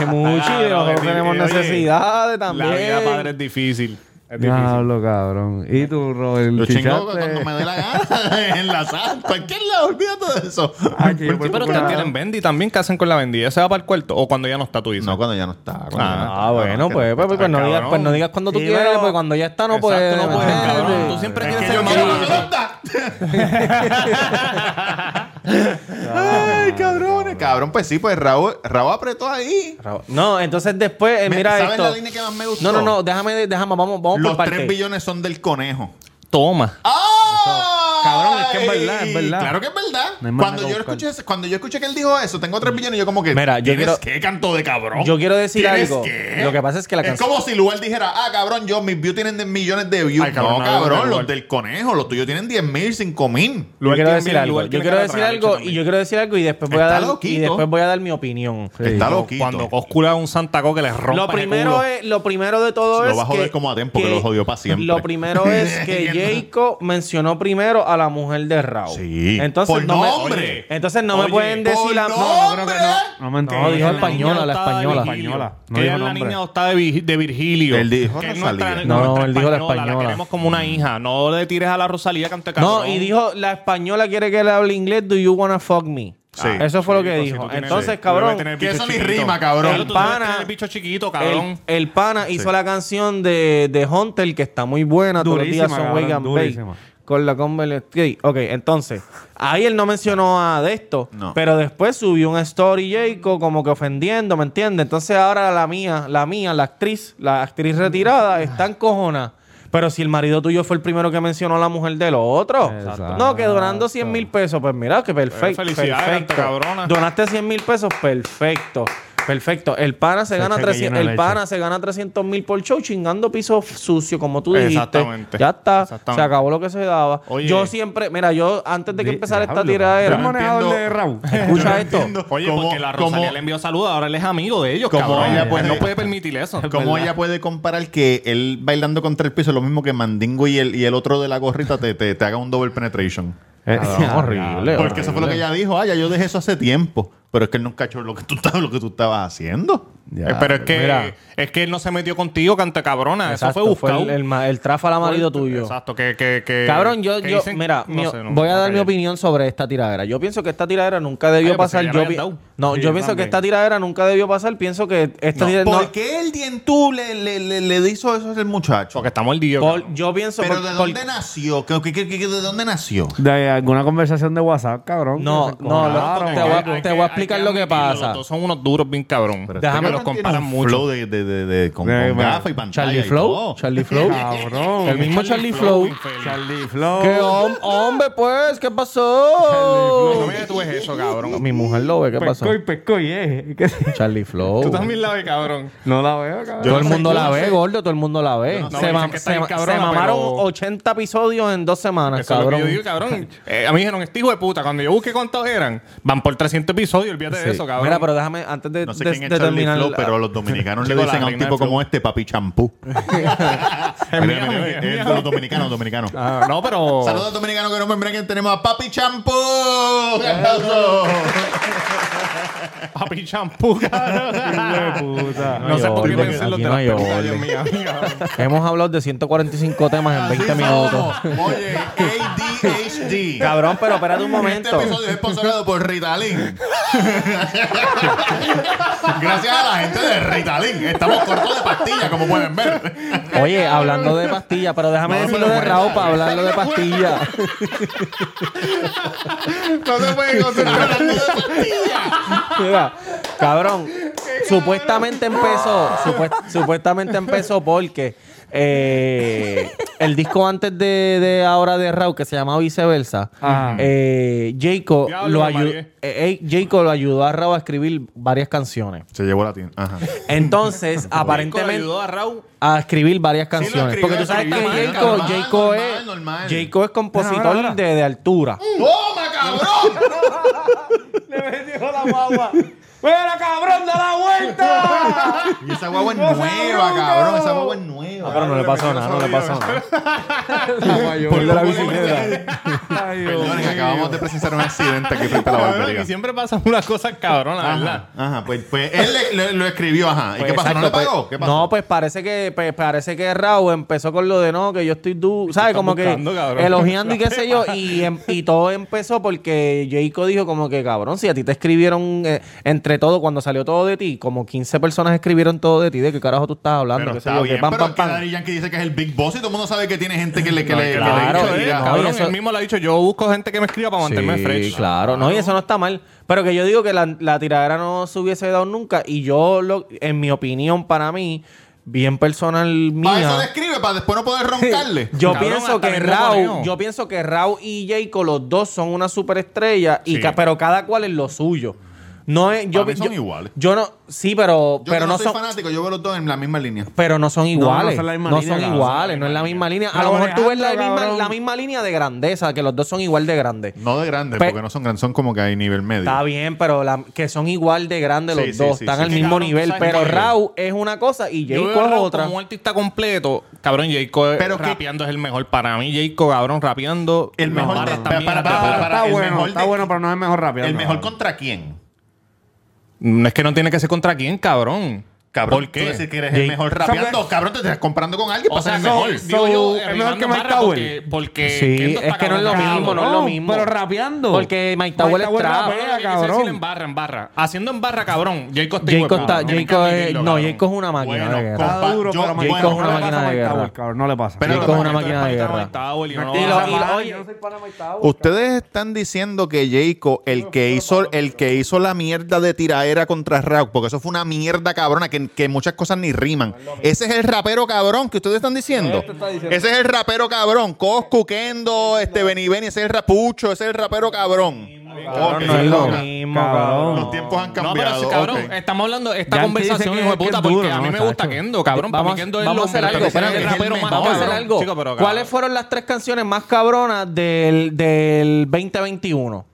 S7: Es mucho y nosotros tenemos
S2: Oye,
S7: necesidades
S3: La vida padre
S7: también.
S3: es difícil. Es difícil.
S1: Diablo, cabrón. ¿Y tú, Robert?
S2: Lo chingo
S1: chichaste?
S2: cuando me dé la gana [laughs] en la sal. Cualquier lado, olvídate de eso.
S1: Ay, chico, por
S3: Sí, pero
S1: tu
S3: ustedes
S1: culpa.
S3: tienen Bendy también. ¿Qué hacen con la Bendy? ¿Ella se va para el cuarto? ¿O cuando ya no está tú dices?
S2: No, cuando ya no está. cuando ya no está,
S7: Ah, bueno,
S2: cabrón, que-
S7: pues, pues, pues, no
S3: cabrón.
S7: digas, pues no digas cuando tú
S1: Sí,
S7: quieres,
S1: pero-
S7: porque cuando ya está no
S3: Exacto,
S7: puedes.
S3: no puedes,
S7: ¿entiendes?
S3: cabrón. Tú siempre quieres
S2: Yo
S3: ser
S2: quiero cuando no
S3: más.
S2: está. Ay, cabrones. Cabrón, pues sí, pues Raúl, Raúl apretó ahí.
S7: No, entonces después, eh,
S2: Me-
S7: mira
S2: ¿Sabes
S7: esto.
S2: la línea que más me gustó?
S7: No, no, no, déjame, déjame, vamos, vamos por
S2: Los
S7: partes.
S2: 3 billones son del conejo.
S3: Toma.
S2: ¡Ah!
S1: Cabrón, es que es verdad, es verdad.
S2: Claro que es verdad.
S1: No hay más nada
S2: cuando, yo
S1: que buscar.
S2: escuché, ese- cuando yo escuché que él dijo eso, tengo 3 billones, yo como que.
S7: Mira, yo
S2: ¿tienes
S7: quiero-
S2: qué canto de cabrón?
S7: Yo quiero decir
S2: ¿Tienes
S7: algo.
S2: qué?
S7: Lo que pasa es que la
S2: Es
S7: canción-
S2: como si Lugar dijera, ah, cabrón, yo mis views tienen de millones de views.
S3: Ay,
S2: no,
S3: cabrón, no, no,
S2: cabrón,
S3: no,
S2: los
S3: no.
S2: del conejo, los tuyos tienen 10 mil, 5 mil.
S7: Yo quiero decir algo,
S3: lugar
S7: yo
S3: tiene
S7: quiero
S3: que
S7: decir
S3: tragar,
S7: algo
S3: bicho,
S7: y yo quiero decir algo y después voy a
S2: Está
S7: dar y
S2: loquito.
S7: después voy a dar mi opinión.
S2: Está loquito.
S3: Cuando Cóscula es un santaco que les rompe
S7: Lo primero es lo primero de todo
S2: Lo
S7: es
S2: va a joder
S7: que-
S2: como a Tempo, que lo jodió pa' siempre.
S7: Lo primero
S2: [laughs]
S7: es que Jacob mencionó primero a la mujer de Raúl.
S2: Sí.
S7: Entonces
S2: Por
S7: no
S2: nombre.
S7: Me, entonces no me
S3: Oye,
S7: pueden decir
S2: por
S7: la
S2: nombre.
S7: no, creo que no.
S1: No me
S7: No,
S1: entiendo.
S7: dijo española, la española.
S1: Española. No
S3: No
S1: dijo
S3: ella es la
S1: nombre.
S3: niña adoptada de, Vig- de Virgilio.
S2: Él dijo
S3: que es
S2: Rosalía.
S3: nuestra-
S7: No,
S3: nuestra
S7: él dijo la
S3: La
S7: española.
S3: queremos como una hija. No le tires a la Rosalía canto de
S7: No,
S3: cabrón.
S7: y dijo, la española quiere que le hable inglés, do you wanna fuck me?
S2: Sí.
S7: Eso fue lo que
S3: Sí,
S7: dijo.
S3: si tú tienes-
S7: Entonces,
S3: sí.
S7: cabrón,
S3: Debe tener
S2: que
S3: bicho
S2: eso ni
S3: chiquito.
S2: rima, cabrón.
S3: Claro, tú
S7: El
S3: debes
S7: pana-
S3: tener bicho chiquito,
S7: el,
S3: cabrón.
S7: el pana hizo la canción de, de Hunter, que está muy buena, todos los
S1: Durísima,
S7: días son
S1: cabrón,
S7: Wake and Bake,
S1: durísima.
S7: Con la Converse. Ok, ok, entonces, ahí él no mencionó a de esto,
S2: No.
S7: pero después subió un story Jacob como que ofendiendo, ¿me entiendes? Entonces ahora la mía, la mía, la actriz, la actriz
S1: Ah.
S7: retirada, está encojona. Pero si el marido tuyo fue el primero que mencionó a la mujer del otro.
S1: Exacto.
S7: No, que donando 100 mil pesos. Pues mira, que perfecto.
S3: felicidades,
S7: perfecto.
S3: cabrona.
S7: Donaste 100 mil pesos, perfecto. Perfecto. El pana se gana
S1: cheque
S7: 300
S1: lleno de
S7: el
S1: leche.
S7: pana se gana 300 mil por show chingando piso f- sucio, como tú dijiste.
S3: Exactamente.
S7: Ya está.
S3: Exactamente.
S7: Se acabó lo que se daba.
S3: Oye.
S7: Yo siempre, mira, yo antes de que
S1: Di-
S7: empezara esta
S1: diablo,
S7: tiradera.
S1: ¿tú eres manejador de
S7: [laughs]
S1: Raúl?
S7: Escucha esto.
S3: Oye,
S2: ¿Cómo-
S3: porque la
S2: cómo-
S3: Rosalía le envió saludos, ahora él es amigo de ellos,
S2: ¿Cómo
S3: cabrón.
S2: ella
S3: Él
S2: puede-
S3: no puede permitir
S7: [laughs]
S3: eso.
S2: ¿Cómo
S3: ¿Verdad?
S2: ella puede comparar que él bailando contra el piso es lo mismo que Mandingo y el, y el otro de la gorrita te, te, te haga un double penetration?
S1: Eh,
S7: horrible.
S2: Porque eso fue lo que ella dijo. Ah, ya yo dejé eso hace tiempo. Pero es que él nunca echó lo que tú, estabas- lo que tú estabas haciendo.
S1: Ya.
S3: Eh, pero es que,
S7: Mira.
S3: es que él no se metió contigo, canta cabrona.
S7: Exacto,
S3: eso fue
S7: fue
S3: buscado.
S7: el, el, ma- el tráfala marido tuyo.
S3: Exacto, que. que, que
S7: Cabrón, yo,
S3: que
S7: yo
S3: dicen-
S7: mira,
S3: no
S7: mi-
S3: sé, no,
S7: voy a
S3: no
S7: dar mi
S3: sé.
S7: opinión sobre esta tiradera. Yo pienso que esta tiradera nunca debió
S3: Ay, pues,
S7: pasar.
S3: ya la
S7: yo
S3: habían
S7: pi-
S3: dado.
S7: no,
S3: Sí,
S7: yo pienso que
S3: también.
S7: esta tiradera nunca debió pasar. Pienso que esta
S3: No,
S7: tiradera- no,
S2: ¿Por qué el dientú le, le, le, le hizo eso al muchacho?
S3: Porque estamos el día.
S7: por- yo pienso
S2: Pero
S7: por-
S2: ¿de
S7: por-
S2: dónde nació? ¿Qué- qué- qué- qué- ¿De dónde nació?
S1: De alguna conversación de WhatsApp, cabrón.
S7: No,
S1: que se
S7: no, lo-
S1: encojonaron.
S7: te voy a- te voy a explicar lo que pasa.
S3: Los dos son unos duros bien cabrón.
S2: Pero este
S7: Déjame-
S2: cabrón
S3: los comparan
S2: tiene un
S3: mucho.
S2: Flow de, de, de, de- con,
S1: Eh,
S2: con
S1: mira,
S2: gafa y pantalla.
S7: Charlie
S2: y
S7: Flow,
S2: todo.
S7: Charlie Flow.
S1: Cabrón.
S7: El mismo Charlie Flow.
S1: Charlie Flow.
S7: ¿Qué hom- hombre pues? ¿Qué pasó?
S3: No me detúes eso, cabrón.
S7: Mi mujer lo ve, ¿qué pasó?
S1: Pescoy, pescoy, eh. [laughs] ¿Qué se-
S7: Charlie
S3: Pues, Tú
S7: Flow.
S3: también la ves, cabrón.
S1: No la veo, cabrón.
S7: Todo el
S2: no sé,
S7: mundo
S2: yo
S7: la
S2: no
S7: ve,
S2: sé.
S7: gordo, todo el mundo la ve.
S3: no,
S7: Se
S3: dicen
S7: ma-
S3: que está
S7: se
S3: bien
S7: ma- se
S3: cabrona,
S7: mamaron
S3: pero-
S7: 80 episodios en dos semanas,
S3: Eso es lo que yo
S7: cabrón.
S3: digo, cabrón. [laughs] Eh, a mí me dijeron, este hijo de puta, cuando yo busqué cuántos eran, van por 300 episodios, olvídate
S7: Sí.
S3: de eso, cabrón.
S7: Mira, pero déjame, antes de,
S2: No sé
S7: de-
S2: quién
S7: de
S2: es Charlie
S7: terminar.
S2: Flow, pero los [laughs] dominicanos le
S3: Chico, la
S2: dicen a un
S3: reina
S2: tipo
S3: del
S2: como este, papi [laughs] champú.
S3: Es
S2: Mira,
S3: mía,
S2: mira,
S3: mía,
S2: eh,
S3: mía.
S2: Los dominicanos, dominicanos.
S3: Ah, no, pero.
S2: Saludos dominicanos que no me miren, tenemos a Papi Champú. ¡Un aplauso!
S3: Papi champú, cabrón. No sé por qué
S7: Aquí
S3: pensé en los de
S7: no
S3: las
S7: hay
S3: pelucas,
S7: orden.
S3: Dios mío, amigo.
S7: [laughs] Hemos hablado de 145 temas en 20
S2: Así
S7: minutos.
S2: somos. Oye, ADHD.
S7: Cabrón, pero espérate
S3: [laughs]
S7: un
S2: Este
S7: momento.
S2: episodio es patrocinado por Ritalin. [laughs] Gracias a la gente de Ritalin. Estamos cortos de pastillas, como pueden ver.
S7: Oye, hablando de pastillas, pero déjame
S2: No,
S7: decirlo
S2: pero
S7: de
S2: bueno.
S7: Raúl para hablarlo
S2: [laughs]
S7: de pastillas.
S2: No se pueden concentrar hablando de pastillas.
S7: Mira, cabrón, supuestamente empezó, supuest- supuestamente empezó porque eh, el disco antes de, de ahora de Raúl, que se llamaba Viceversa,
S1: Ajá.
S7: eh, Jacob,
S3: Diablo,
S7: lo
S3: me
S7: ayu-
S3: mareé.
S7: eh, eh, Jacob lo ayudó a Raúl a escribir varias canciones.
S2: Se llevó la tienda. Ajá. [laughs]
S7: Entonces,
S3: Nico le
S7: aparentemente...
S3: ayudó a Raúl.
S7: a escribir varias canciones.
S2: escribió,
S7: porque tú sabes que
S2: escribió normal,
S7: Jacob,
S2: normal,
S7: Jacob
S2: normal,
S7: es,
S2: normal.
S7: Jacob es compositor
S1: Ahora, ahora.
S7: De, de altura.
S2: ¡Toma, cabrón!
S7: [laughs] ¡Fuera, cabrón, da la vuelta!
S2: Y esa guagua es nueva, cabrón. Esa guagua es nueva.
S7: Pero no le pasó nada, no le pasó nada.
S1: Por
S7: la bicicleta.
S2: Perdonen, acabamos de presenciar un accidente aquí frente a la
S3: Cabrón,
S2: barbería.
S3: y siempre pasan unas cosas cabronas, ¿verdad?
S2: Ajá, ajá, pues, pues él le- le- lo escribió, ajá. ¿Y qué pasó? ¿No le
S7: Exacto, pues,
S2: pagó? ¿Qué pasó?
S7: No, pues parece que pues, parece que Raúl empezó con lo de no, que yo estoy duro, ¿sabes?
S3: están
S7: Como que
S3: buscando, cabrón?
S7: elogiando
S2: [laughs]
S7: y qué sé yo. Y, em- y todo empezó porque Jacob dijo como que, cabrón, si a ti te escribieron eh, entre todo, cuando salió todo de ti, como 15 personas escribieron todo de ti, ¿de qué carajo tú estás hablando?
S2: Pero
S7: qué sé
S2: está
S7: yo, que
S2: bien,
S7: pam,
S2: pero
S7: pam,
S2: es que
S7: pam.
S2: Daddy Yankee dice que es el Big Boss y todo el mundo sabe que tiene gente que le que le- que le
S7: claro,
S2: dice,
S7: eh,
S2: diga,
S7: no,
S3: cabrón,
S7: y eso-
S3: él mismo le ha dicho, yo busco gente que me escriba para mantenerme
S7: Sí,
S3: fresh.
S7: Claro, no, y eso no está mal. Pero que yo digo que la, la tiradera no se hubiese dado nunca. Y yo, lo, en mi opinión, para mí, bien personal
S2: Para eso
S7: mía.
S2: describe, para después no poder roncarle.
S7: Yo
S3: Cabrón,
S7: pienso
S3: hasta
S7: que
S3: mismo
S7: Rau,
S3: Boneo.
S7: yo pienso que Rau y Jacob los dos son una superestrella y
S3: Sí.
S7: ca- pero cada cual es lo suyo. No es yo
S2: Para mí son
S7: yo-
S2: iguales.
S7: Yo no sí, pero
S2: Yo que
S7: pero no,
S2: no, soy
S7: son
S2: fanático, yo veo los dos en la misma línea.
S7: pero no son
S1: no
S7: iguales.
S1: son
S7: No
S1: la misma
S7: son,
S1: línea, cabrón,
S7: iguales, no es la misma línea. A
S1: Pero
S7: lo mejor tú ves la
S1: Alejandro,
S7: misma,
S1: cabrón.
S7: la misma línea de grandeza, que los dos son igual de grandes.
S2: No de grandes,
S7: Pe-
S2: porque no son grandes, son como que hay nivel medio.
S7: Pues, Está bien, pero la- que son igual de grandes los
S2: Sí, sí,
S7: dos,
S2: sí,
S7: están
S2: sí.
S7: al
S2: Que
S7: mismo
S3: cabrón,
S7: nivel,
S3: tú sabes
S7: pero
S3: que-
S7: Rau es una cosa y
S3: Yo
S7: Jacob
S3: veo a
S7: es
S3: Rauw
S7: otra.
S3: Como un artista completo, cabrón, Jacob
S2: Pero que-
S3: rapeando es el mejor. Para mí, Jacob, cabrón, rapeando.
S2: El mejor de-
S3: también.
S2: para- para-
S1: Está,
S2: para- para- el
S1: bueno,
S2: mejor
S1: está
S2: de-
S1: bueno, pero no es el mejor rápido.
S2: ¿El
S1: no.
S2: mejor contra quién?
S3: No es que no tiene que ser contra quién, cabrón.
S2: Cabrón,
S3: ¿Por
S2: tú
S3: qué?
S2: decir que eres
S3: Jay-
S2: el mejor rapeando. Cabrón, te estás comparando con alguien para ser el
S3: so-
S2: mejor.
S3: digo yo,
S1: es
S3: eh,
S1: mejor
S3: rimando
S1: que Mike
S3: barra
S1: Tower.
S3: Porque, porque
S7: Sí,
S3: Kendo está
S7: es que no es lo
S3: cabrón,
S7: mismo, no es
S3: cabrón.
S7: lo mismo.
S1: Pero rapeando.
S7: Porque Mike Tower es trap.
S1: rapea,
S3: Cabrón, lo que quiere decir
S1: cabrón.
S3: en barra, en barra. Haciendo en barra, cabrón. Jacob está
S7: Jacob está-
S3: igual, cabrón. Tienen que
S7: Jacob es-
S3: admitirlo,
S7: no,
S3: cabrón.
S7: Jacob es una máquina
S2: Bueno,
S7: de guerra.
S2: compa,
S1: Está duro,
S2: yo-
S1: pero Mike
S7: Jake
S2: bueno,
S7: es una
S1: no le
S7: máquina
S1: pasa a
S7: de
S1: Mike
S7: guerra.
S1: Tower, cabrón, no le pasa.
S2: Pero-
S7: Jacob es una máquina de
S3: Mike Tower,
S7: guerra.
S3: Mike Tower, y no
S7: Y
S3: lo
S7: lo-
S3: vas a
S7: y
S3: parar.
S7: lo- oye,
S2: Ustedes están diciendo que Jayco, el que hizo, el que hizo la mierda de tiraera contra Raúl, porque eso fue una mierda cabrona, que, que muchas cosas ni riman. Ese es el rapero cabrón que ustedes están diciendo.
S7: Este
S2: Ese es el rapero cabrón. Coscu, Kendo, este Benny Benny, ese es el rapucho, ese es el rapero cabrón. Ok,
S7: no es lo
S2: ok.
S7: mismo,
S1: cabrón.
S2: Los tiempos han
S3: No, pero
S2: cambiado.
S3: sí, cabrón,
S2: ok.
S3: estamos hablando de esta
S1: Yankee dice
S3: conversación,
S1: que-
S3: hijo de
S1: que es
S3: puta, porque
S1: duro,
S3: a mí
S1: ¿no,
S3: me gusta
S1: chacho?
S3: Kendo, cabrón. Para mí
S7: Vamos,
S3: Kendo es
S7: vamos
S3: lo
S7: a hacer algo.
S3: pero es el
S7: espérate,
S3: rapero más
S7: vamos a hacer
S3: cabrón.
S7: algo.
S3: Chico, pero, cabrón.
S7: ¿Cuáles fueron las tres canciones más cabronas del, del 2021?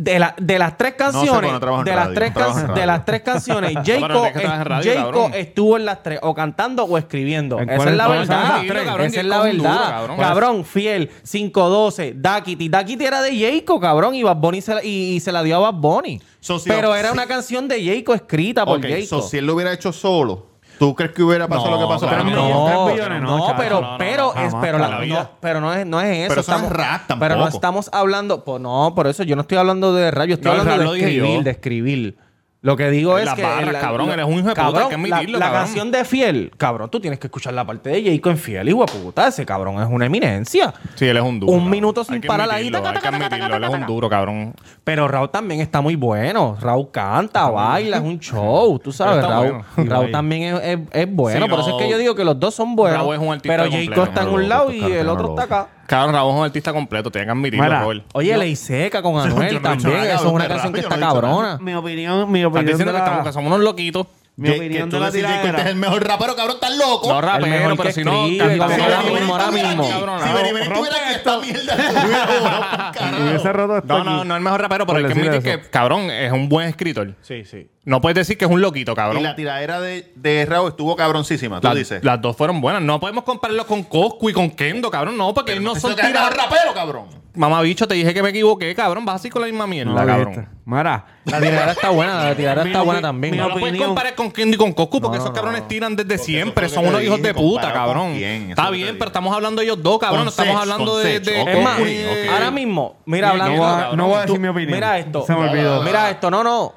S7: De, la- de las tres
S2: sé,
S7: canciones,
S2: porque no trabajo en
S7: de, las
S2: radio,
S7: tres
S2: no trabajo
S7: can-
S2: en radio.
S7: de las tres
S3: [laughs]
S7: canciones, Jacob,
S3: pero es que trabajas en radio,
S7: Jacob
S3: cabrón.
S7: estuvo en las tres, o cantando o escribiendo.
S1: ¿En
S7: Esa
S1: cuál-
S7: es la
S1: cuáles son
S7: verdad.
S1: esas
S3: tres?
S7: Esa
S3: Cabrón,
S7: es
S3: Jacob
S7: la
S3: es un
S7: verdad.
S3: duro,
S7: cabrón.
S3: cabrón.
S7: Fiel, 512, Dakiti. Dakiti era de Jacob, cabrón, y, Bad Bunny se la, y, y se la dio a Bad Bunny.
S2: So, si-
S7: Pero era
S2: si-
S7: una canción de Jacob escrita por
S2: Ok,
S7: Jacob.
S2: so, si él lo hubiera hecho solo, ¿tú crees que hubiera pasado lo que pasó?
S1: claro,
S2: Pero
S1: no.
S2: no.
S1: tres billones, no, chacho,
S7: pero,
S1: no, no,
S7: pero,
S1: no,
S7: es,
S1: jamás,
S7: pero, la-
S1: para la
S7: no, pero no es, no es eso.
S2: Pero eso no es rap tampoco.
S7: Pero no estamos hablando, pues no, por eso yo no estoy hablando de rap, yo estoy
S3: No, el
S7: hablando
S3: rap lo
S7: de
S3: dije
S7: escribir,
S3: yo.
S7: de escribir. Lo que digo
S3: En
S7: es
S3: las
S7: que
S3: barras,
S7: en la-
S3: cabrón,
S7: lo-
S3: eres un hijo de puta,
S7: cabrón,
S3: hay que admitirlo,
S7: La, la
S3: cabrón.
S7: canción de Fiel, cabrón, tú tienes que escuchar la parte de Jayco en Fiel, hijo de puta, ese cabrón es una eminencia.
S3: Sí, él es un duro.
S7: Un
S3: cabrón.
S7: minuto sin
S3: Hay que
S7: parar ahí,
S3: admitirlo,
S7: taca,
S3: Hay que
S7: taca, taca,
S3: admitirlo,
S7: taca,
S3: él es un
S7: taca.
S3: duro, cabrón.
S7: Pero Raúl también está muy bueno. Raúl canta, baila, es un show, tú sabes.
S3: está
S7: Raúl,
S3: bueno.
S7: Raúl también es, es- es bueno.
S3: Sí,
S7: por eso
S3: no,
S7: es que yo digo que los dos son buenos.
S3: Raúl es un artista
S7: pero
S3: completo.
S7: Jayco está en un lado y el otro está acá.
S3: Cabrón, Raúl es un artista completo, tienen que admitirlo,
S1: Mira,
S3: Raúl.
S7: Oye, Ley Seca
S2: [laughs]
S7: con
S2: yo no he
S7: Anuel
S2: dicho
S7: también.
S2: nada,
S7: Eso es
S2: cabrón,
S7: una
S2: de
S7: canción que
S2: rap, yo no
S7: está
S2: he dicho
S7: cabrona.
S1: Mi opinión, mi
S3: Estás
S1: opinión. de
S3: diciendo que,
S1: la-
S3: estamos, que somos unos loquitos.
S1: Mi
S2: Que- que
S1: opinión
S2: tú
S1: de la
S2: decís que este es
S1: tiradera.
S2: el mejor rapero, cabrón, estás loco.
S3: No
S7: el
S3: rapero,
S7: mejor
S3: pero
S7: que
S3: si no...
S7: escribe,
S3: cantante,
S7: cabrón, ahora
S3: cabrón,
S7: mismo, ahora
S3: cabrón,
S7: mismo.
S3: cabrón,
S2: Si
S3: Raúl.
S2: Benny Benny tuviera que esta mierda, [laughs] estuviera, cabrón, carajo.
S1: Hubiese roto esto
S3: No,
S1: aquí.
S3: no, no es el mejor rapero, pero
S1: Por
S3: hay que
S1: decir
S3: admitir que, cabrón, es un buen escritor.
S7: Sí, sí.
S3: No puedes decir que es un loquito,
S2: Y
S3: cabrón.
S2: la tiradera de, de Raúl estuvo cabroncísima, tú
S3: La-
S2: dices.
S3: Las dos fueron buenas. No podemos compararlo con Coscu y con Kendo, cabrón. No, porque ellos no
S2: Eso
S3: son
S2: que es el mejor
S3: tiraderas.
S2: rapero, cabrón.
S3: Mamá bicho, te dije que me equivoqué, cabrón. Vas así con la misma mierda,
S1: No,
S3: cabrón.
S1: viste. Mira,
S7: La tiradera está buena, la tiradera
S1: Mi
S7: está buena
S1: opi-
S7: también.
S1: mi
S3: No
S2: pues,
S3: lo puedes
S1: opinión.
S3: comparar con Kendo y con Coscu porque
S7: No,
S3: esos
S7: no,
S3: cabrones
S7: no.
S3: tiran desde siempre.
S2: eso
S3: Son
S2: es lo
S3: unos
S2: que
S3: hijos
S2: te
S3: de
S2: dije,
S3: puta,
S2: comparado
S3: cabrón.
S2: con quién, eso es
S3: Está
S2: lo que te
S3: bien,
S2: dije.
S3: pero estamos hablando de ellos dos, cabrón.
S2: Con
S3: No estamos
S2: Sech,
S3: hablando
S2: con
S3: de.
S2: Sech,
S3: de-
S2: ok.
S7: Es más,
S2: Uy, ok.
S7: ahora mismo, mira,
S3: Bien,
S1: No
S7: hablando.
S1: voy, a,
S3: cabrón.
S1: no voy a decir
S7: Tú-
S1: mi opinión.
S7: Mira esto.
S1: Se me olvidó.
S7: Mira esto, no, no.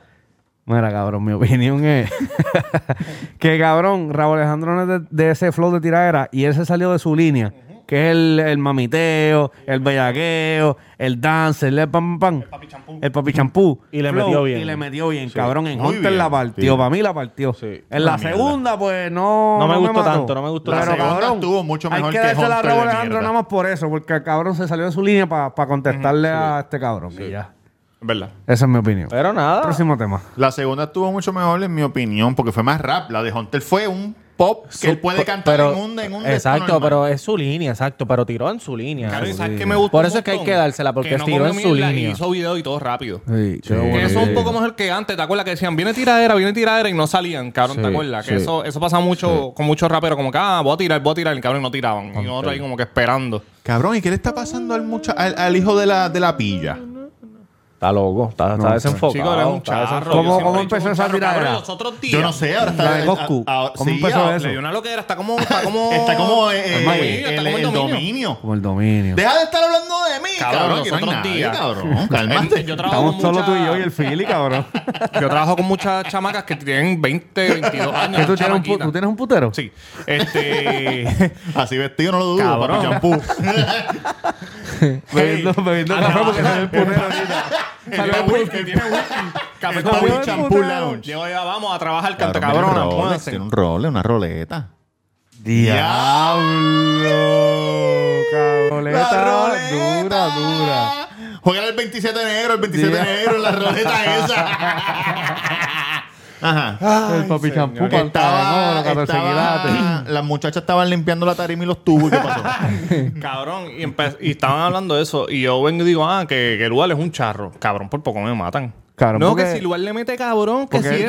S1: Mira, cabrón, mi opinión es [laughs] que, cabrón, Raúl Alejandro no es de, de ese flow de tiradera y él se salió de su línea, que es el, el mamiteo, el bellaqueo, el dance, el pam pam. El papi champú. El papi champú.
S7: Y le
S1: Flow,
S7: metió bien.
S1: Y le metió bien, cabrón. En
S2: Muy
S1: Hunter
S2: bien,
S1: la partió,
S2: sí.
S1: para mí la partió.
S7: Sí.
S1: En la segunda, pues no.
S7: No me gustó
S1: mató.
S7: tanto, no me gustó
S2: La
S1: Pero,
S2: segunda
S1: cabrón,
S2: estuvo mucho mejor
S1: hay que
S2: que
S1: dársela a
S2: Hunter
S1: Raúl
S2: de
S1: Alejandro
S2: mierda.
S1: nada más por eso, porque el cabrón se salió de su línea para contestarle a este cabrón. y ya.
S2: ¿Verdad?
S1: Esa es mi opinión.
S7: Pero nada.
S1: Próximo tema.
S2: La segunda estuvo mucho mejor, en mi opinión, porque fue más rap. La de Hunter fue un pop que él puede
S7: Pero-
S2: cantar en un en un
S7: Exacto,
S2: destorno,
S7: pero es su línea, exacto. Pero tiró en su línea.
S3: Cabrón, ¿y
S7: Sí.
S3: ¿sabes qué me gustó?
S7: Por
S3: un
S7: eso es que hay
S3: montón?
S7: que dársela, porque
S3: no
S7: tiró
S3: comió
S7: en su
S3: mierda y
S7: línea.
S3: Hizo video y todo rápido.
S1: Sí, qué bueno.
S3: Que eso es un poco mejor que antes, ¿te acuerdas? Que decían, viene tiradera, viene tiradera y no salían, cabrón, ¿te
S7: Sí,
S3: acuerdas? Que
S7: sí.
S3: eso, eso pasa mucho con muchos raperos, como que, ah, voy a tirar, voy a tirar, y cabrón, no tiraban. Y nosotros ahí como que esperando.
S2: Cabrón, ¿y qué le está pasando al, mucha- al, al hijo de la, de la pilla?
S7: Está loco, está, está desenfocado.
S3: Chico, eres un
S7: está
S3: charro.
S7: desenfocado.
S1: ¿Cómo-
S3: Yo siempre
S1: cómo
S3: he dicho
S1: empezó
S3: un
S1: esa
S3: charro, cabrón,
S1: tiradera?
S3: Los otros días.
S2: Yo no sé, ahora está...
S1: La de Goku.
S2: ahora-
S1: ¿Cómo
S2: sí,
S1: empezó
S2: ahora-
S1: eso?
S3: Le dio una loquera, está como, está
S2: [laughs]
S3: como...
S2: Está como eh,
S3: Está como el
S2: el, el
S3: dominio.
S2: dominio.
S1: Como el dominio.
S2: Deja de estar hablando de mí,
S3: cabrón,
S2: aquí
S3: los otros
S2: nadie,
S3: días.
S2: cabrón. Cálmate.
S3: [laughs] Yo trabajo
S1: Estamos
S3: con
S1: solo tú y yo y
S3: muchas-
S1: el Fili, [laughs] cabrón.
S3: [laughs] Yo trabajo con muchas chamacas que tienen 20,
S7: [laughs]
S3: 22 años.
S1: ¿Qué tú, tienes un pu-
S3: chamaquitas.
S1: tú tienes un putero?
S3: Sí. Este.
S2: Así vestido no lo dudo,
S3: Cabrón.
S2: papi
S3: [laughs]
S2: champú.
S1: [laughs] Bebiendo, bebiendo
S3: Ah,
S1: café
S3: no.
S1: porque soy el putero ahorita.
S3: Tiene whisky, tiene whisky. Café
S1: Está
S3: con
S2: Papi
S1: bien,
S3: whisky.
S2: champú
S1: puta.
S2: lounge.
S3: Llego ya, vamos a trabajar, canta
S2: Cabrón,
S3: cabrón.
S2: tiene un Rolex,
S3: apúrense.
S2: Tiene un role, una roleta.
S1: Diablo,
S2: La
S1: cabroleta. Dura, dura.
S2: Juegan el 27 de enero, el 27
S1: Día.
S2: de enero en la roleta esa.
S3: [laughs]
S2: Ajá.
S1: el papi champú,
S2: Porque
S1: pantalón,
S2: estaba,
S1: los 14
S2: estaba-
S1: quilates.
S2: [clears throat] las muchachas estaban limpiando la tarima y los tubos. ¿y ¿Qué
S7: [laughs]
S2: pasó?
S3: Cabrón, y, empe- y estaban hablando de eso. Y yo vengo y digo, ah, que, que Lual es un charro. Cabrón, por poco me matan.
S1: Cabrón,
S3: no,
S1: porque-
S3: que si Lual le mete cabrón, que
S1: Porque-
S3: si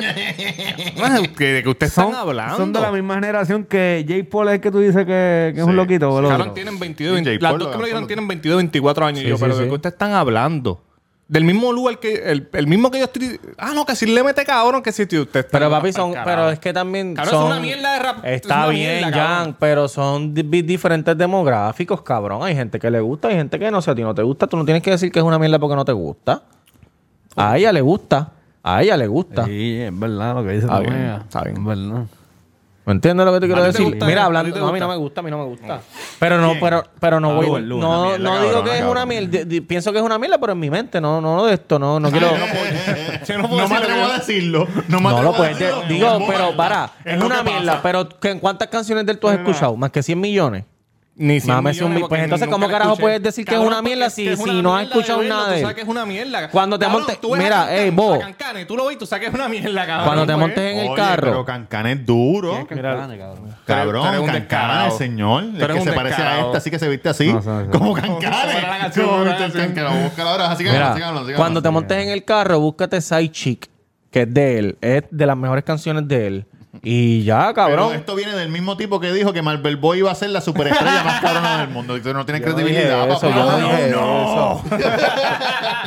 S3: es- No, es que, que ustedes están hablando.
S1: son de la misma generación que Jay Paul es el que tú dices que, que es
S2: Sí,
S1: un loquito,
S2: sí,
S1: boludo.
S3: Cabrón, tienen 22,
S2: Y J.
S3: 20 Las
S2: Paul
S3: dos que
S2: lo
S3: me dijeron
S2: lanzó.
S3: tienen 22, 24 años. y yo,
S7: sí,
S3: pero ¿de
S7: sí.
S3: qué ustedes están hablando? Del mismo lugar que... El, el mismo que yo estoy... Ah, no, que si le mete cabrón, que si tío, usted está...
S7: Pero papi, son,
S3: [laughs]
S7: pero es que también
S3: Cabrón,
S7: son,
S3: es una mierda de rap-
S7: Está
S3: es una
S7: bien,
S3: mierda, cabrón.
S7: Jan, pero son di- di- diferentes demográficos, cabrón. Hay gente que le gusta, hay gente que no. Si a ti no te gusta, tú no tienes que decir que es una mierda porque no te gusta. A ella le gusta, a ella le gusta.
S1: Sí, es verdad lo que dice
S7: Está
S1: tu
S7: bien,
S1: amiga.
S7: está bien.
S1: Es verdad.
S7: ¿Me entiendes lo que te quiero
S3: ti te
S7: decir?
S3: gusta,
S7: Mira,
S3: Jan?
S7: hablando,
S3: ¿A ti te
S7: no, a mí
S3: gusta?
S7: no me gusta, a mí no me gusta. Pero no, pero, pero no voy,
S1: Luna, Luna,
S7: no,
S2: mierda,
S7: no
S2: cabrona,
S7: digo que es una
S2: cabrona.
S7: mierda. Di- di- Pienso que es una mierda, pero en mi mente, no, no de esto, no, no quiero.
S3: Yo
S2: no,
S3: no puedo
S2: me
S3: decir lo
S2: atrevo
S3: que-
S2: a decirlo. No me
S7: No
S2: atrevo
S7: lo
S2: a
S7: puedes de-
S2: decirlo.
S7: Digo,
S2: Es
S7: pero
S2: moral.
S7: para, es,
S2: lo
S7: una
S2: que pasa.
S7: mierda. Pero ¿qué- ¿en cuántas canciones de él tú has escuchado? Más que 100 millones.
S3: Ni cien
S7: Mames, un
S3: millones,
S7: mi-
S3: porque
S7: pues entonces,
S3: nunca
S7: ¿cómo
S3: la
S7: carajo
S3: escuché?
S7: puedes decir que es
S3: Cabrón,
S7: una mierda
S3: porque
S7: si-
S3: es
S7: si
S3: una
S7: no has
S3: mierda de
S7: escuchado
S3: verlo,
S7: nada de
S3: Tú
S7: él?
S3: sabes que es una mierda.
S7: Cuando te montes-
S3: tú ves a
S7: mira,
S3: Cancán,
S7: ey,
S3: a
S7: Bo.
S3: Cancán, y tú lo ves y tú sabes que es una mierda, cabrón.
S7: Cuando te
S3: pues.
S7: montes en el
S2: Oye,
S7: carro.
S2: Pero Cancán es duro.
S3: Tú eres
S2: Cabrón,
S3: un
S2: Cancán,
S3: descarado.
S2: el señor.
S3: Tú
S2: El
S3: eres
S2: que
S3: un
S2: se parece a
S3: descarado.
S2: esta, así que se viste así.
S1: No, no, no.
S2: Como
S3: Como la
S2: Cancán.
S3: canción,
S2: Como
S3: como la
S2: Víctor
S3: canción.
S2: Cancán. Búscalo ahora, así que
S7: Mira,
S2: síganlo, síganlo,
S7: cuando te
S2: síganlo.
S7: montes en el carro, búscate Side Chick, que es de él. Es de las mejores canciones de él. Y ya,
S2: Pero
S7: cabrón.
S2: esto viene del mismo tipo que dijo que Marvel Boy iba a ser la superestrella más cabrona del mundo. Tú no tienes
S7: Yo no
S2: credibilidad,
S7: dije eso,
S2: papá.
S7: yo no dije
S2: no.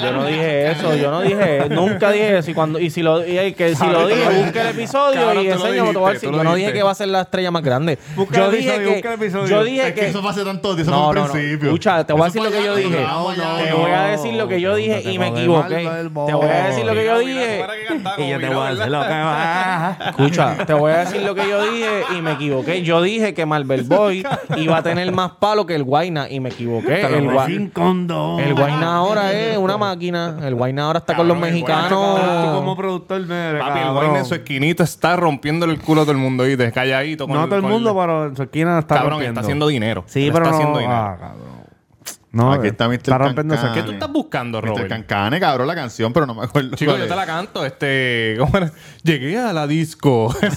S7: Yo no dije eso, yo no dije eso. Nunca dije eso. Y, cuando, y si lo, y, que si lo
S3: Cabrón, tú
S7: dije,
S3: lo
S7: busca el episodio
S3: Cabrón,
S7: y
S3: tú lo
S7: enséñame. te voy
S3: dijiste,
S7: a decir.
S3: tú lo
S7: Yo no dije
S3: dijiste.
S7: que va a ser la estrella más grande.
S1: Busca
S7: Yo
S1: el
S7: dije
S1: episodio, busca el
S7: que.
S1: episodio.
S7: Yo
S2: Es
S7: dije
S2: que
S7: que.
S2: eso fue hace tanto tiempo,
S7: No,
S2: eso fue
S7: no,
S2: un
S7: no.
S2: principio.
S7: Escucha, te voy a
S2: Eso
S7: decir lo
S2: fue
S7: que yo
S2: allá,
S7: dije.
S2: vamos allá,
S7: Te
S2: no.
S7: voy a decir lo que yo dije y me equivoqué. Te voy a decir lo que yo dije.
S1: Y yo te voy a hacer lo que va.
S7: Escucha, te voy a decir lo que yo dije y me equivoqué. Yo dije que Marvel Boy iba a tener más palo que el Guayna y me equivoqué.
S1: Te
S7: El,
S1: lo
S7: Gua-
S1: voy sin condón.
S7: el Guayna ahora es una máquina. El Guayna ahora está con los
S3: Cabrón, el Guayna
S1: Tú como
S7: mexicanos.
S1: productor, mira,
S3: Papi, el
S1: cabrón.
S3: Wayne en su esquinita está rompiéndole el culo a todo el mundo, ¿viste? Calladito. con
S1: No todo el
S3: con
S1: mundo, pero en su esquina está
S3: Cabrón,
S1: rompiendo.
S3: está haciendo dinero.
S1: Sí,
S3: Él
S1: pero
S3: está
S1: no.
S3: haciendo dinero.
S1: ah, cabrón. No, eh,
S2: Aquí está Mr.
S1: está rompiendo su
S2: Cancán.
S3: ¿Qué
S7: Ah,
S1: esquina.
S3: tú estás buscando,
S2: Mr.
S3: Robert?
S2: Cancane, cabrón, la canción, pero no me acuerdo.
S3: Chico,
S2: cuál
S3: yo
S2: es. [laughs]
S3: te la canto, este... [laughs] ¿Cómo era? Llegué a la disco. [laughs]
S7: [laughs]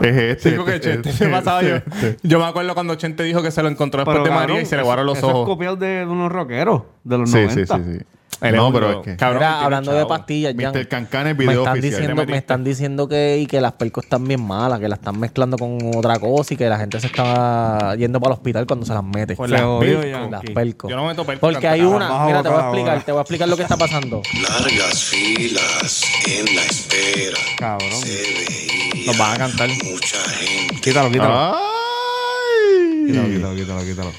S2: Es este.
S3: Chico, que
S2: este,
S3: Chente
S2: este,
S3: se pasaba yo.
S2: este.
S3: Yo me acuerdo cuando Chente dijo que se lo encontró después
S1: Pero,
S3: de María
S1: cabrón,
S3: y se le guardaron los
S1: eso Es
S3: ojos.
S1: copiado de unos rockeros de los
S2: Sí,
S1: 90.
S2: sí, sí, sí.
S3: Él es
S2: Eh, No,
S3: un
S2: pero
S3: duro.
S2: es que...
S3: Cabrón,
S7: Mira,
S3: tiene
S7: hablando de
S3: chavo.
S7: pastillas, Jan,
S2: Mr. Cancane es
S7: me
S2: video
S7: están
S2: oficial.
S7: diciendo, me están diciendo que, y que las percos están bien malas, que las están mezclando con otra cosa y que la gente se está yendo para el hospital cuando se las mete.
S1: Pues las jodió, Yankee.
S7: Las percos.
S3: Yo no meto percos
S7: Porque
S3: tanto,
S7: hay
S3: cabrón.
S7: una,
S1: Vamos a
S7: mira, te voy a
S1: votar
S7: explicar,
S1: ahora.
S7: te voy a explicar lo que está pasando.
S5: Largas filas en la espera.
S1: Cabrón.
S5: Se veía
S3: Nos van a cantar.
S5: mucha gente.
S1: Quítalo,
S2: Ah.
S1: quítalo. Quítalo,
S2: ¡Ay!
S1: quítalo, quítalo, quítalo.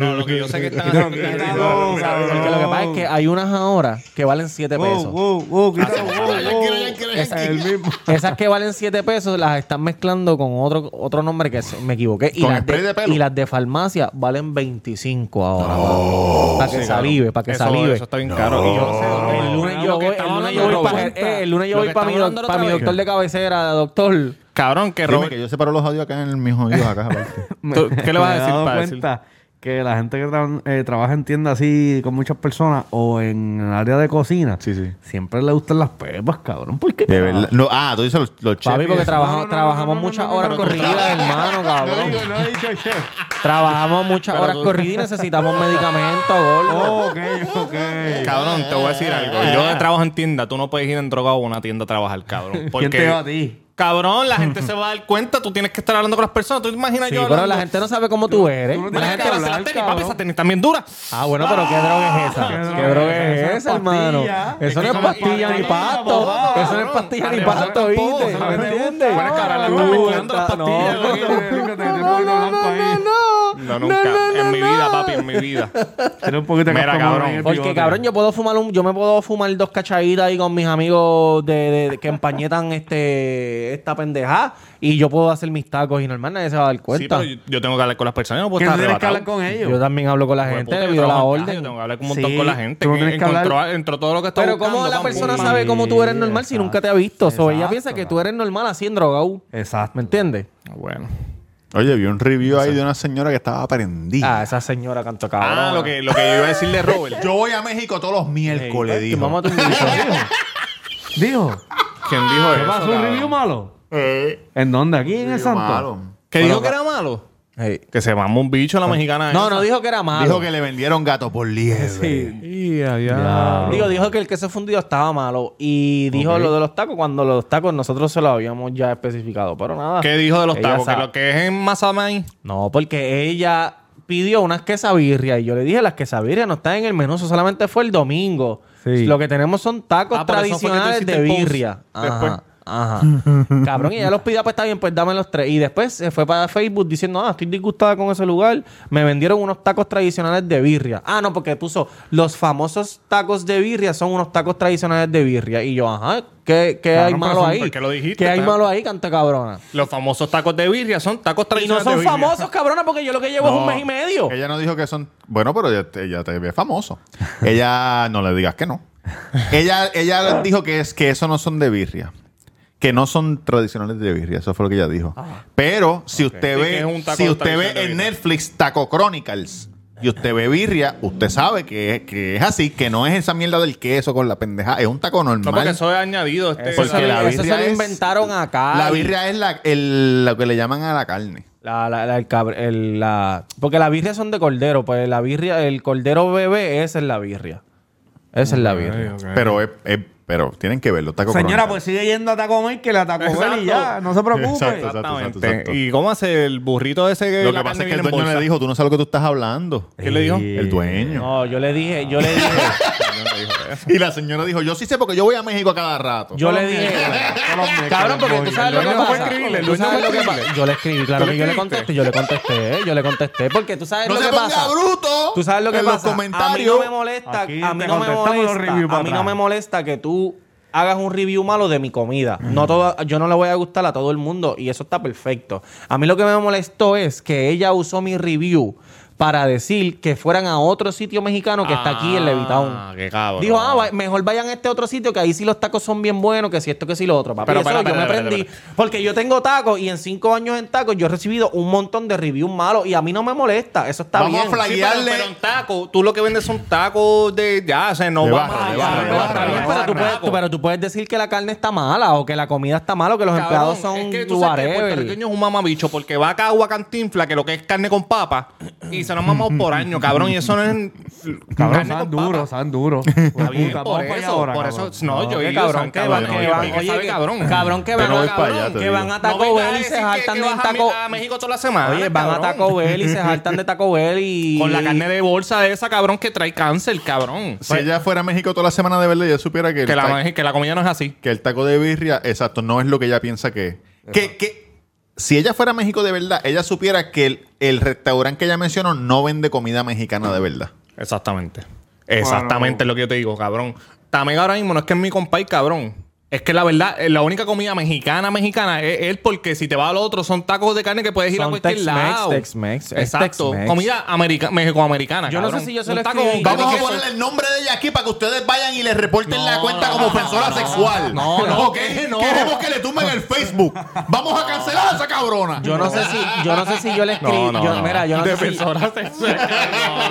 S3: No, lo que yo sé que [laughs] están
S1: Quítalo,
S3: haciendo es que-
S1: quítalo,
S7: Porque lo que pasa es
S1: cabrón.
S7: que hay unas ahora que valen 7 pesos.
S1: Wow, wow, wow, quítalo, wow, wow.
S2: Es
S1: El mismo.
S7: Esas que valen 7 pesos las están mezclando con otro, otro nombre que se- me equivoqué. Y
S2: Con
S7: las
S2: spray de pelo.
S7: y las de farmacia valen 25 ahora. Para que salive, para que
S3: Oh, Eso-
S7: salive.
S3: Eso está bien caro. Y yo no sé dónde-
S7: El lunes yo
S3: lo que
S7: voy, el
S3: estamos
S7: lunes
S3: hablando
S7: yo voy
S3: de
S7: para,
S3: Robert.
S7: eh, el lunes yo
S3: Lo
S7: voy
S3: que
S7: para mi,
S3: estamos
S7: doc-
S3: hablando
S7: para mi
S3: otra vez.
S7: doctor de cabecera, doctor.
S3: Cabrón, que
S2: Dime
S3: Robert...
S2: que yo separo los audios acá en el mismo audio acá aparte.
S3: ¿Tú- qué le vas
S1: [laughs]
S3: a
S1: Me he
S3: decir
S1: dado
S3: para
S1: cuenta que la gente que tra- eh, trabaja en tiendas así con muchas personas o en el área de cocina,
S2: Sí, sí.
S1: siempre le gustan las pepas, cabrón. ¿Por qué?
S2: [laughs] De verdad. No, ah, tú dices los, los
S7: Papi,
S2: chefs.
S7: porque trabaja-
S1: no, no, no,
S7: trabajamos
S1: no,
S7: muchas
S1: no, no,
S7: horas
S1: no, no,
S7: corridas, hermano, cabrón.
S1: no he dicho chef.
S7: Trabajamos muchas horas corridas y necesitamos medicamentos, gordo.
S1: ok, ok.
S3: Cabrón, te voy a decir algo. Yo que trabajo en tienda, tú no puedes ir en drogado a una tienda a trabajar, cabrón. Porque,
S1: ¿Quién te va a ti?
S3: Cabrón, la gente se va a dar cuenta, tú tienes que estar hablando con las personas. ¿Tú te imaginas
S7: Sí,
S3: yo
S7: pero la
S3: hablando?
S7: gente no sabe cómo tú eres.
S1: no
S7: La
S1: tienes
S7: gente
S1: que
S3: Mira,
S1: hablar,
S3: esa tenis, papi,
S1: cabrón.
S3: esa tenis también dura.
S7: Ah, bueno, pero ¿qué droga es esa? ¿Qué droga es cabeza, hermano. Eso no es pastilla ni pasto. Eso no es pastilla ni pasto, ¿viste? ¿Me entiendes?
S1: Ah,
S3: Bueno, cabrón, le están
S7: Tú
S3: mezclando las
S7: estás- no.
S3: pastillas.
S1: [laughs]
S3: lo que- No, nunca. en mi vida, papi, en mi vida.
S1: Tiene un poquito de
S3: Mira,
S1: cascamón
S3: cabrón.
S1: en el
S7: Porque
S1: bigote.
S7: cabrón, yo puedo fumar un, yo me puedo fumar dos cachaditas ahí con mis amigos de, de- de- que empañetan este esta pendejada y yo puedo hacer mis tacos y normal nadie se va a dar
S3: Sí,
S7: cuenta.
S3: pero yo, yo tengo que hablar con las personas, no puedo
S1: Que
S3: estar
S1: tú tienes que hablar
S3: arrebatado.
S1: con
S7: yo,
S1: ellos.
S7: también hablo con la gente,
S3: Puta,
S7: le
S3: Pues, yo
S7: pido la
S3: trabajo en
S7: orden.
S3: calle, Tengo que hablar un montón
S1: Sí,
S3: con la gente.
S1: tú
S3: que
S1: tienes que
S3: encontró,
S1: hablar-
S3: encontró todo lo que está
S7: Pero
S3: buscando.
S7: cómo la
S3: pam,
S7: persona
S3: pum,
S7: sabe
S3: pam.
S7: cómo tú eres normal si
S1: Exacto,
S7: nunca te ha visto, so, ella
S1: exacto,
S7: piensa que tú eres normal así en drogado.
S1: Exacto.
S7: ¿Me entiendes?
S3: Bueno.
S2: Oye, vi un review ahí de una señora que estaba prendida.
S7: Ah, esa señora canto cabrón.
S3: Ah, lo que, lo que yo iba a decirle a
S2: [laughs]
S3: Robert.
S2: Yo voy a México todos los miércoles,
S3: pues,
S7: Tu
S2: dijo.
S7: mamá te
S3: [laughs]
S7: un bicho, tío.
S1: Dijo,
S3: Ah, ¿Quién dijo eso?
S1: ¿qué pasó? ¿Un
S3: cabrón?
S1: review malo?
S3: Eh.
S1: ¿En dónde? ¿Aquí en el
S2: Review
S1: Santo?
S2: malo.
S3: ¿Que dijo que era malo?
S7: Ey.
S3: Que se mamó un bicho la mexicana.
S7: No, no dijo que era malo.
S2: Dijo que le vendieron gato por liebre.
S7: Digo, dijo que el queso fundido estaba malo y dijo lo de los tacos cuando los tacos nosotros se lo habíamos ya especificado, pero nada.
S3: ¿Qué dijo de los
S7: Ella
S3: tacos? Que
S7: sabe.
S3: lo que es en Mazamay.
S7: No, porque ella pidió unas quesabirrias y yo le dije, las quesabirrias no están en el menú, eso solamente fue el domingo.
S1: Sí.
S7: Lo que tenemos son tacos
S3: Ah, por eso fue que tú
S7: tradicionales
S3: hiciste
S7: de
S3: el post
S7: birria.
S3: después.
S7: Ajá. Ajá. Cabrón, y ella los pidió, pues está bien, pues dame los tres. Y después se fue para Facebook diciendo, ah, estoy disgustada con ese lugar. Me vendieron unos tacos tradicionales de birria. Ah, no, porque puso, los famosos tacos de birria son unos tacos tradicionales de birria. Y yo, ajá, ¿qué, qué
S3: Claro,
S7: hay
S3: pero
S7: malo
S3: son-
S7: ahí?
S3: porque lo dijiste,
S7: ¿Qué hay
S3: pero-
S7: malo ahí, canta cabrona?
S3: Los famosos tacos de birria son tacos
S7: Y no
S3: tradicionales.
S7: son
S3: de birria.
S7: famosos, cabrona, porque yo lo que llevo es un mes y medio.
S2: Ella no dijo que son. Bueno, pero ella, te- ella te ve famoso. ella no le digas que no. ella ella dijo que es que eso no son de birria. Que no son tradicionales de birria. Eso fue lo que ella dijo.
S1: Ah.
S2: Pero si usted
S3: Sí, que es un
S2: ve,
S3: taco
S2: si usted
S3: tradicional de
S2: ve en
S3: birria.
S2: Netflix Taco Chronicles y usted ve birria, usted sabe que, que es así, que no es esa mierda del queso con la pendeja. Es un taco normal.
S3: No, porque eso es añadido. Este,
S7: Eso
S2: Porque
S7: se,
S3: [laughs]
S7: lo-
S2: la
S7: eso se
S2: birria
S7: lo
S2: es-
S7: inventaron acá.
S2: la birria es la, el- lo que le llaman a la carne.
S7: La, la- la- el cabr- el- la- porque la birria son de cordero. Pues la birria, el cordero bebé, esa es la birria. Esa es la birria.
S2: Pero es, es- pero tienen que verlo. Taco
S1: Señora,
S2: Chronicles.
S1: pues sigue yendo a Taco Bell, que la Taco Bell y ya.
S3: Exacto.
S1: No se preocupe.
S2: Exacto, exacto,
S3: Exactamente.
S2: exacto, exacto.
S3: ¿Y cómo hace el burrito ese que
S2: Lo
S3: la
S2: que pasa
S3: carne
S2: es que el
S3: viene en
S2: dueño
S3: bolsa?
S2: le dijo, tú no sabes lo que tú estás hablando.
S3: ¿Qué le dijo?
S2: El dueño.
S7: No, yo le dije, yo le dije,
S2: Y la señora dijo, yo sí sé porque yo voy a México a cada rato.
S1: [laughs]
S7: yo le dije. Cabrón, porque tú sabes lo que
S3: dueño fue
S7: pasa.
S3: escribirle, el
S7: Tú
S3: dueño
S7: sabes
S3: fue
S7: lo que
S3: escribirle.
S7: pasa. Yo le escribí, claro
S3: ¿Tú
S7: que
S3: le
S7: yo le
S3: escribiste?
S7: contesté, yo le contesté, yo le contesté. Porque tú sabes
S2: no
S7: lo
S2: se
S7: que
S2: ponga
S7: pasa.
S2: bruto
S7: Tú sabes lo que
S2: en
S7: pasa.
S2: los comentarios.
S7: A mí no me molesta,
S1: Aquí
S7: a mí
S1: te
S7: no me
S1: contestamos los
S7: molesta,
S1: reviews para
S7: a mí no
S1: atrás.
S7: me molesta que tú hagas un review malo de mi comida. No todo, yo no le voy a gustar a todo el mundo y eso está perfecto. A mí lo que me molestó es que ella usó mi review para decir que fueran a otro sitio mexicano que está aquí en
S3: Ah,
S7: Levitown.
S3: qué cabrón.
S7: Dijo, ah, va- mejor vayan a este otro sitio que ahí sí los tacos son bien buenos, que si esto, que si lo otro. Papi,
S3: Pero,
S7: eso
S3: espera,
S7: yo
S3: espera,
S7: me
S3: espera,
S7: aprendí.
S3: espera.
S7: Porque yo tengo tacos y en cinco años en tacos yo he recibido un montón de reviews malos y a mí no me molesta. Eso está
S2: Vamos a
S7: bien.
S2: flag-
S3: Sí, pero,
S2: Guiarle-
S3: pero un taco, tú lo que vendes son tacos de ya, o sea, no
S2: De
S3: va
S2: barra,
S3: más
S2: de
S3: allá,
S2: barra,
S3: de
S2: de
S3: barra,
S7: Está
S2: barra,
S3: de
S7: bien,
S3: barra,
S7: pero tú, puedes,
S3: taco.
S7: tú- pero tú puedes decir que la carne está mala o que la comida está mala o que los empleados son
S3: Cabrón, es que tú sabes que el
S7: whatever.
S3: puertorriqueño es un mamabicho porque va acá a Agua Cantinfla, que lo que es carne con papa, y se lo han mamado por año, cabrón. Y eso no es.
S1: Cabrón,
S3: carne
S1: saben
S3: con papa.
S1: duro, saben duro.
S3: Está bien,
S1: Puta,
S3: por
S1: vamos para allá
S3: eso,
S1: ahora,
S3: por
S1: cabrón.
S3: eso. No, yo
S7: Qué
S3: he ido,
S7: pues, cabrón,
S3: saben
S7: que
S3: que
S7: van,
S3: van,
S2: yo no
S7: que
S2: voy
S7: van,
S2: para
S3: que
S7: oye,
S3: sabe
S7: que-
S3: cabrón.
S7: cabrón, que
S2: Yo
S7: van,
S2: no
S7: a,
S2: voy para allá,
S7: cabrón,
S2: te
S7: que
S2: digo.
S7: van a
S3: No
S7: Taco
S3: vengas a
S7: Bell y
S3: decir
S7: se
S3: que-
S7: jaltan
S3: que
S7: del
S3: vas a mi-
S7: Taco...
S3: a México toda la semana.
S7: Oye, van a
S3: cabrón.
S7: Taco Bell y se jaltan de Taco Bell y...
S3: Con la carne de bolsa de esa, cabrón, que trae cáncer, cabrón. Pues,
S2: Si
S7: pues-
S2: ella fuera a México toda la semana de verle, ella supiera que,
S3: Que
S2: el
S3: la,
S2: ta-
S3: maje- que la comida no es así.
S2: que el taco de birria, exacto, no es lo que ella piensa que es. Que, que si ella fuera a México de verdad, ella supiera que el, el restaurante que ella mencionó no vende comida mexicana de verdad.
S3: Exactamente. Exactamente es lo que yo te digo, cabrón. También ahora mismo no es que es mi compay, cabrón. Es que la verdad, eh, la única comida mexicana, mexicana, es él porque si te vas al otro son tacos de carne que puedes ir a
S7: Son
S3: cualquier
S7: Tex-Mex,
S3: lado.
S7: Tex-Mex, es
S3: Exacto.
S7: Tex-Mex.
S3: Comida america mexicoamericana.
S7: Yo no sé
S3: cabrón.
S7: si yo se
S3: Un
S7: lo
S3: taco-
S7: escribí.
S3: un
S2: Vamos
S3: taco
S2: a
S3: queso-
S2: ponerle el nombre de ella aquí para que ustedes vayan y le reporten la cuenta como ofensora sexual.
S7: no, no,
S2: Ok,
S3: que no.
S2: Queremos que le tumben el Facebook. Vamos a cancelar a esa cabrona.
S7: Yo no sé si yo no sé si yo le escribí... yo- Mira, yo no sé si- [laughs]
S3: Defensora sexual.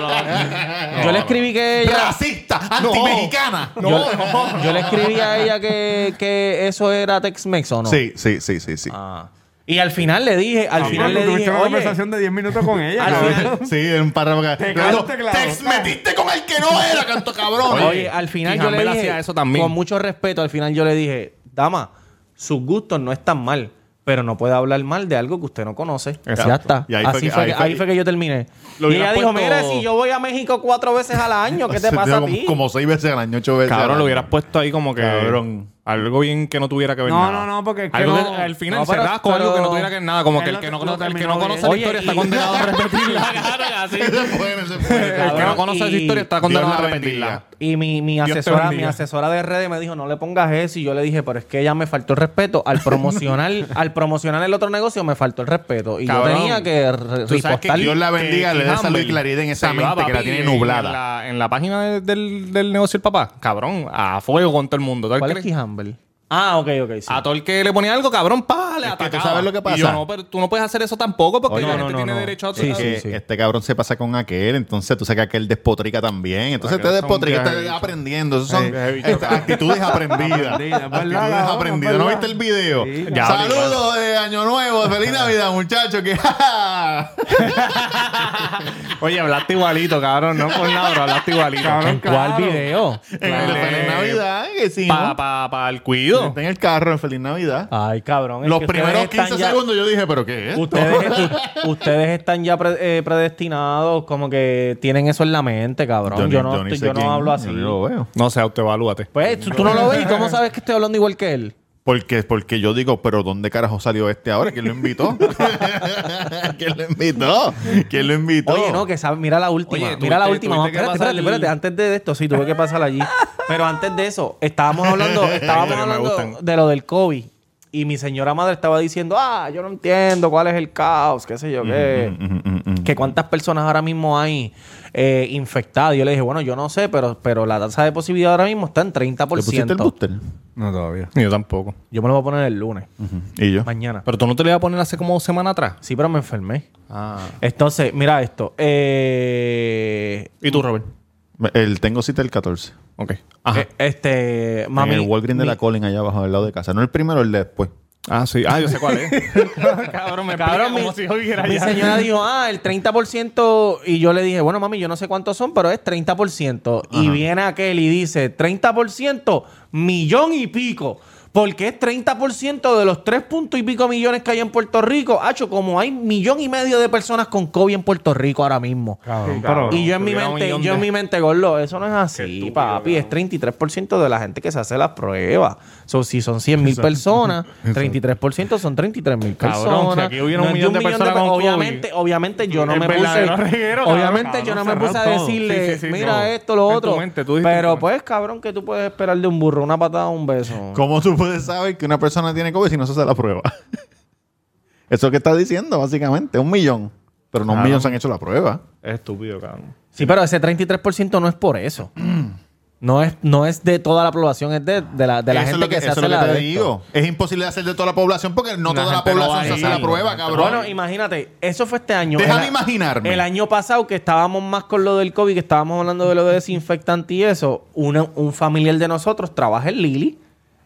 S3: No, no,
S7: Yo le escribí que ella...
S2: Racista, antimexicana.
S7: Yo, yo le escribí a ella que, que eso era Tex-Mex o no.
S2: Sí, sí, sí, sí, sí.
S7: Ah. Y al final le dije, al final le
S1: Tuviste
S7: dije,
S1: una
S7: oye,
S1: conversación de 10 minutos con ella.
S7: Al
S1: cabrón.
S7: final-
S2: Sí, en un párrafo. que-
S1: Te
S2: Pero
S1: clavo,
S2: no,
S1: te clavo.
S2: te metiste con el que no era, canto cabrón.
S7: Oye, al final yo le
S3: Campbell
S7: dije,
S3: hacía eso también.
S7: con mucho respeto, al final yo le dije, dama, sus gustos no están mal, pero no puede hablar mal de algo que usted no conoce. Ya está.
S2: Y ahí fue
S7: Así
S2: que-
S7: fue,
S2: ahí
S7: que,
S2: fue-
S7: ahí fue que yo terminé.
S2: Lo
S7: Y
S2: hubieras
S7: ella dijo,
S2: puesto-
S7: mira, si yo voy a México cuatro veces al año, ¿qué te
S2: Digo,
S7: pasa a
S2: como,
S7: ti?
S2: como seis veces al año, ocho veces.
S3: Cabrón,
S2: al
S3: lo
S2: [laughs] año.
S3: hubieras puesto ahí como que.
S2: Cabrón.
S3: Algo bien que no tuviera que ver
S1: No, no,
S3: nada.
S1: no, porque es que
S3: Algo
S1: no-
S3: al final
S7: no,
S3: se
S7: pero-
S3: rasca con algo que no
S7: pero-
S3: tuviera que ver nada. Como que
S1: Él
S3: el que
S1: lo-
S3: no
S1: lo
S3: conoce, el que
S1: terminó
S3: no conoce la
S1: bien.
S3: historia
S7: Oye,
S3: está
S7: y-
S3: condenado
S7: [laughs]
S3: a repetirla.
S2: Ese fue, ese fue.
S3: El que no
S7: Cabrón,
S3: conoce esa
S7: y-
S3: historia está
S2: Dios
S3: condenado
S2: la
S3: a
S2: bendiga.
S3: repetirla.
S7: Y mi, mi
S3: Dios te
S7: asesora, mi
S3: bendiga.
S7: asesora de redes me dijo, no le pongas eso. Y yo le dije, pero es que ella me faltó el respeto. Al
S2: [laughs]
S7: promocionar, al promocionar el otro negocio me faltó el respeto. Y
S3: Cabrón,
S7: yo tenía que re-
S3: tú sabes
S7: repostar.
S3: que
S2: Dios la
S3: Que-
S2: bendiga,
S3: que
S2: le dé salud y
S3: Humble
S2: claridad en esa
S3: se va,
S2: mente que la
S3: papi,
S2: tiene
S3: en
S2: nublada.
S3: la- En la página de- del del negocio del papá, cabrón, a fuego con todo el mundo. Todo el
S7: ¿Cuál
S3: que
S7: es
S3: le-
S7: Kijamble? Ah, ok, ok, sí.
S3: A todo el que le ponía algo, cabrón, pa, le
S2: Es que tú
S3: atacaba.
S2: sabes lo que
S3: Y
S2: pasa.
S3: yo, no, pero tú no puedes hacer eso tampoco porque
S2: Oye,
S3: la
S2: no,
S3: gente
S7: no,
S3: tiene
S7: no.
S3: derecho a...
S2: Sí,
S3: a-
S2: que este cabrón se pasa con aquel, entonces tú sacas que él despotrica también. Entonces
S3: Aquel
S2: este
S3: es un
S2: despotrica
S3: viaje
S2: está
S3: bicho.
S2: aprendiendo. Esas son
S3: viaje bicho.
S2: estas actitudes
S7: [laughs]
S2: aprendidas.
S1: Aprendida, es verdad,
S2: actitudes
S1: cabrón,
S2: aprendidas.
S1: es
S2: ¿No
S1: verdad.
S2: viste el video?
S1: Sí,
S3: Ya,
S2: Saludos de Año Nuevo, feliz Navidad, muchachos. Que [laughs]
S3: Oye, hablaste igualito, cabrón. No por nada, pero hablaste igualito.
S2: Ah,
S1: Cabrón,
S7: ¿Cuál video?
S2: en el de feliz Navidad, que sí.
S3: Para
S2: ¿no?
S3: el cuido.
S2: Está en el carro en feliz Navidad.
S7: Ay, cabrón. es
S2: Los
S7: que ustedes
S2: primeros
S7: están
S2: 15
S7: ya-
S2: segundos yo dije, ¿pero qué es? esto?
S7: Ustedes,
S2: [laughs]
S7: u- ustedes están ya pre- eh, predestinados, como que tienen eso en la mente, cabrón.
S2: ni-
S7: yo no,
S2: ni
S7: estoy-
S2: sé
S7: yo no
S2: quién-
S7: hablo así.
S2: Yo ni
S3: eh.
S2: lo veo.
S3: No sé, autoevalúate.
S7: Pues tú, tú no lo ves y cómo sabes que estoy hablando igual que él.
S2: Porque, porque yo digo, pero ¿dónde carajo salió este ahora? ¿Quién lo invitó? [laughs] ¿Quién lo invitó? ¿Quién lo invitó?
S7: Oye, no, que sabe, mira la última.
S3: Oye,
S7: mira la
S3: tuviste- tuviste
S7: última. Vamos,
S3: que
S7: espérate,
S3: pasar
S7: espérate,
S3: el-
S7: espérate. Antes de esto, sí, tuve que pasar allí. Pero antes de eso, estábamos
S3: [laughs]
S7: hablando, estábamos
S3: historias me
S7: hablando
S3: gustan.
S7: de lo del COVID. Y mi señora madre estaba diciendo, ah, yo no entiendo cuál es el caos, qué sé yo
S2: Mm,
S7: qué. Que cuántas personas ahora mismo hay eh, infectadas. Y yo le dije, bueno, yo no sé, pero, pero la tasa de posibilidad ahora mismo está en 30%.
S2: ¿Le pusiste el booster?
S1: No, todavía.
S3: Yo tampoco.
S7: Yo me lo voy a poner el lunes,
S2: ¿Y yo?
S7: mañana.
S3: Pero tú no te lo ibas a poner hace como semana atrás.
S7: Sí, pero me enfermé.
S3: Ah.
S7: Entonces, mira esto. Eh,
S3: ¿Y tú, Robert?
S2: El, tengo cita el 14.
S3: Ok. Ajá.
S7: Eh, Este, mami.
S2: en el Walgreens de
S7: mi-
S2: la Colin allá abajo del lado de casa. No el primero, el de después.
S3: Ah, sí. Ah, yo sé cuál es. cabrón, me [laughs]
S7: Cabrón,
S3: cabrón,
S7: mi,
S3: como si yo viviera
S7: mi
S3: allá.
S7: señora dijo, ah, el 30%. Y yo le dije, bueno, mami, yo no sé cuántos son, pero es 30%. Y viene aquel y dice, 30%, millón y pico. Porque es 30% de los tres puntos y pico millones que hay en Puerto Rico. Hacho, como hay millón y medio de personas con COVID en Puerto Rico ahora mismo.
S1: Cabrón, pero...
S7: Y yo en mi
S3: Tuviera un
S7: mente,
S3: millón
S7: yo en
S3: de-
S7: mi mente, Gordo, eso no es así, papi. Es 33% de la gente que se hace las pruebas. So, si son 100
S3: [laughs]
S7: mil personas, 33% son 33 mil personas.
S3: Cabrón, si aquí hubiera un
S7: es de
S3: millón de personas con COVID,
S7: obviamente, obviamente yo no
S3: el
S7: me puse.
S3: verdadero reguero, cabrón,
S7: obviamente
S3: cabrón,
S7: yo no me
S3: cerrar
S7: puse a
S3: todo. Sí,
S7: decirle,
S3: sí, sí,
S7: mira
S3: no.
S7: esto, lo
S3: En tu
S7: otro.
S3: mente, tú dijiste en
S7: pero
S3: tu
S7: pues, cabrón, que tú puedes esperar de un burro, una patada, un beso.
S2: [laughs] ¿Cómo tú puedes saber que una persona tiene COVID si no se hace la prueba? [laughs] Eso es lo que está diciendo, básicamente. Un millón. Pero no un millón se han hecho la prueba.
S3: Es estúpido, cabrón.
S7: Sí, pero ese 33% no es
S3: [clears throat]
S7: por eso. No es, no es de toda la población, es de, de la, de la
S2: eso es
S7: gente
S2: lo
S7: que,
S2: que,
S7: se
S2: eso
S7: hace
S2: es lo
S7: la
S2: que te
S7: de esto.
S2: digo. Es imposible hacer de toda la población porque no
S3: La
S2: toda la
S3: gente no va
S2: población
S3: a
S2: se hace
S3: ir.
S2: la prueba,
S3: La gente
S2: cabrón.
S7: Bueno, imagínate, eso fue este año.
S2: Déjame
S7: El a-
S2: imaginarme.
S7: El año pasado que estábamos más con lo del COVID, que estábamos hablando de lo de desinfectante y eso, una- un familiar de nosotros trabaja en Lili.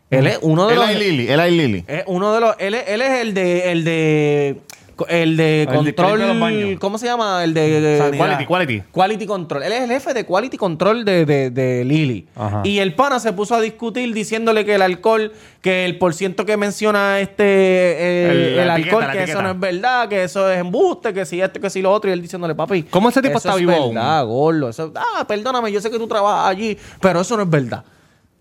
S7: Él es uno de
S2: Él
S7: los...
S2: hay Lili, él hay Lili.
S7: es uno de los... Él es, él es el de... El de el de control...
S1: de los baños.
S7: ¿Cómo se llama? El de... de-
S1: Sanidad.
S3: Quality, quality.
S7: Quality Control. Él es el jefe de Quality Control de, de, de Lili.
S1: Ajá.
S7: Y el pana se puso a discutir diciéndole que el alcohol, que el por ciento que menciona este eh,
S3: El-
S7: el,
S3: la etiqueta,
S7: alcohol,
S3: la
S7: que eso
S3: etiqueta.
S7: no es verdad, que eso es embuste, que si esto, que si lo otro. Y él diciéndole, papi.
S3: ¿Cómo ese tipo
S7: eso
S3: está
S7: es
S3: vivo aún?
S7: verdad, gordo. Eso- ah, perdóname, yo sé que tú trabajas allí, pero eso no es verdad.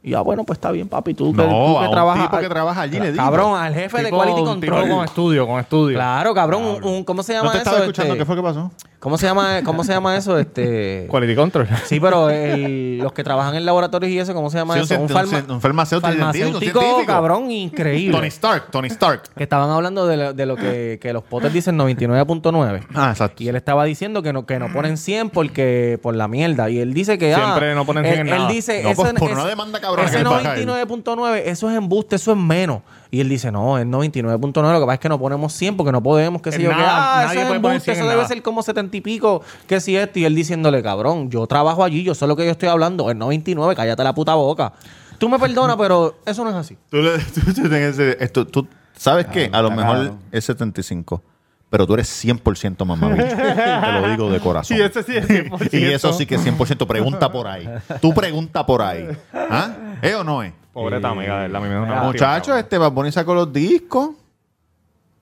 S7: Y ya, bueno, pues está bien, papi. Tú, que,
S2: No,
S7: tú
S2: a
S7: que
S2: un
S7: trabajas.
S2: tipo que trabaja allí, le digo.
S7: Cabrón, al jefe de
S3: Tipo-
S7: Quality
S3: un
S7: Control.
S3: tipo con estudio, con estudio.
S7: Claro, cabrón. un- un- ¿Cómo se llama
S2: No te
S7: eso?
S2: estaba escuchando,
S7: Este,
S2: ¿qué fue que pasó?
S7: ¿Cómo se llama, cómo se llama eso?
S2: [laughs]
S7: Este.
S3: Quality [laughs] control.
S7: Sí, pero el- los que trabajan en laboratorios y eso, ¿cómo se llama
S2: Sí, un
S7: eso?
S2: cien- un cien- un farmacéutico, un científico,
S7: farmacéutico,
S2: un científico.
S7: cabrón, increíble.
S2: Tony Stark, Tony Stark.
S7: que estaban hablando de lo, de lo que, que los potes dicen 99.9.
S2: Ah, exacto.
S7: Y él estaba diciendo que no, que no ponen 100 porque por la mierda. Y él dice que. ah,
S3: Siempre no ponen 100
S7: él,
S3: en nada.
S7: Él dice.
S2: No,
S7: eso
S2: pues,
S7: es-
S2: por una
S7: es-
S2: demanda cabrona
S7: Ese
S2: que paga él.
S7: 99.9, eso es embuste, eso es menos. Y él dice, no, es 99.9. Lo que pasa es que no ponemos 100 porque no podemos, qué sé
S3: En
S7: yo.
S3: nada,
S7: que, ah,
S3: nadie
S7: eso es
S3: puede poner
S7: embuste,
S3: 100 en
S7: eso debe
S3: nada.
S7: ser como 70 y pico, que si esto. Y él diciéndole, cabrón, yo trabajo allí, yo sé lo que yo estoy hablando. Es 99, cállate la puta boca. Tú me perdonas, pero eso no es así.
S2: Tú, le- [laughs] tú- tú tienes ese- esto- tú- sabes que a lo
S1: está
S2: mejor
S1: claro.
S2: es 75, pero tú eres 100% mamabicho. Te lo digo de corazón. Y,
S3: sí
S2: [laughs]
S3: es 100%.
S2: eso sí que es 100%. Pregunta por ahí. Tú pregunta por ahí. ¿Ah? ¿Es o no es?
S3: Pobreta amiga, de verdad, a mí me da una lástima,
S2: Muchachos,
S3: cabrón.
S2: este Bad Bunny sacó los discos.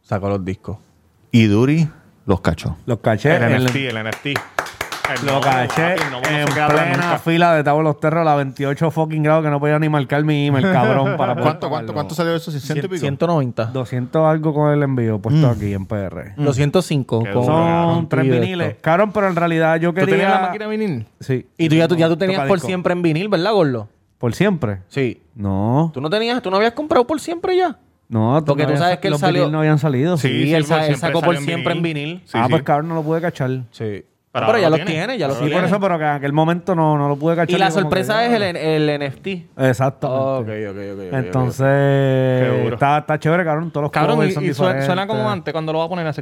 S7: sacó los discos.
S2: Y Duri los cachó.
S1: Los caché.
S3: El,
S1: en-
S3: NFT, el NFT. El
S1: Lo
S3: Nobel,
S1: caché
S3: papi, el Nobel no
S1: en
S3: se queda atrás
S1: plena
S3: nunca.
S1: fila de Tablo Los Terros a la 28 fucking grados que no podía ni marcar mi
S7: [laughs]
S1: email, cabrón. Para poder
S2: ¿Cuánto,
S1: pagarlo.
S2: cuánto, cuánto salió eso? ¿Sí, ¿Ciento y pico?
S7: 190.
S1: 200 algo con el envío puesto
S7: Mm.
S1: aquí en PR.
S7: 205.
S3: Qué
S7: con-
S3: duro, cabrón.
S1: Son
S7: con
S1: tres
S7: tu y de
S1: viniles.
S7: Oh, esto.
S1: Cabrón, pero en realidad yo
S3: ¿Tú
S1: quería...
S7: ¿eh?
S3: tenías la máquina vinil?
S1: Sí.
S7: Y tú ya, tú, ya tú tenías por
S1: Tocadisco.
S7: siempre en vinil, ¿verdad, Gorlo?
S1: ¿Por siempre?
S7: Sí.
S1: No.
S7: ¿Tú no tenías, tú no habías comprado por siempre ya?
S1: No, tú
S7: Porque
S1: no
S7: tú
S1: habías-
S7: sabes que él
S1: los
S7: salió-
S1: vinil no habían salido.
S3: Sí,
S7: Sí,
S3: sí,
S7: él,
S3: por
S7: sa- él
S3: siempre
S7: sacó por
S3: salió en
S7: siempre en
S3: vinil.
S7: vinil.
S3: Sí,
S1: ah,
S3: sí.
S1: pues cabrón, no lo pude cachar. Sí,
S7: Sí.
S3: Pero
S7: Pero,
S3: ahora
S7: ya
S3: lo
S7: los
S3: tiene.
S7: tiene, ya los
S3: Sí,
S7: tiene.
S1: por eso, pero que en aquel momento no, no lo pude cachar.
S7: Y la
S1: yo como
S7: sorpresa
S1: que-
S7: es el, el NFT.
S1: Exacto.
S7: ok, ok.
S1: Entonces,
S3: duro.
S1: está, está chévere, cabrón. Todos los
S3: Cabrón,
S1: covers
S3: y,
S1: son
S3: y suena, suena como
S1: diferentes.
S3: antes cuando lo va a poner así.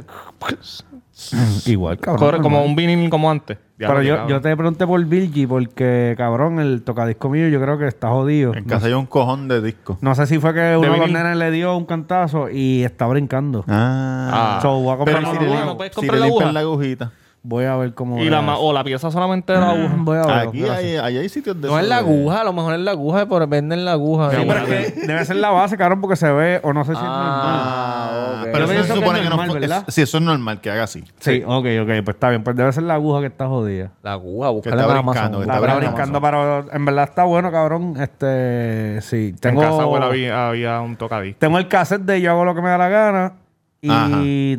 S1: Igual, cabrón.
S3: Corre como
S1: normal.
S3: un vinil como antes. Ya
S1: Pero
S3: lo
S1: yo,
S3: llegaba.
S1: yo te pregunté por Virgi porque, cabrón, el tocadisco mío yo creo que está jodido.
S2: En
S1: No,
S2: casa hay un cojón de discos.
S1: no sé si fue que uno de los
S3: vinil.
S1: nenes le dio un cantazo y está brincando.
S2: Ah.
S1: So, voy a comprar
S2: Pero
S1: la
S2: si
S1: aguja,
S2: le-
S3: ¿no puedes
S2: si
S3: comprar
S2: le
S3: la
S2: limpian
S3: aguja?
S2: la agujita.
S1: Voy a ver cómo.
S3: Y la, ma- o la pieza solamente era la aguja.
S1: Voy a ver.
S2: Aquí hay, ahí hay sitios de
S7: No
S2: esos
S7: es la
S2: de-
S7: aguja, a lo mejor es la aguja, pero venden la aguja.
S3: Sí,
S7: ahí.
S3: pero es
S1: Debe ser la base, cabrón, porque se ve o no sé si
S2: Ah,
S1: Yo
S2: Pero eso
S1: pienso
S2: se
S1: que
S2: supone
S1: es
S2: que no
S1: normal,
S2: fue-
S1: ¿verdad?
S2: es- Sí, eso es normal que haga así.
S1: es normal. Sí, ok, ok, pues está bien. Pues debe ser la aguja que está jodida.
S7: La aguja,
S2: Que está
S7: búscala en
S2: brincando.
S1: La
S2: que
S7: Amazon.
S2: Pues está
S1: habrá
S2: brincando.
S1: brincando, pero en verdad está bueno, cabrón. Este, sí. Tengo,
S3: En casa abuela había, había un tocadisco.
S1: tengo el cassette de Yo hago lo que me da la gana y
S2: Ajá.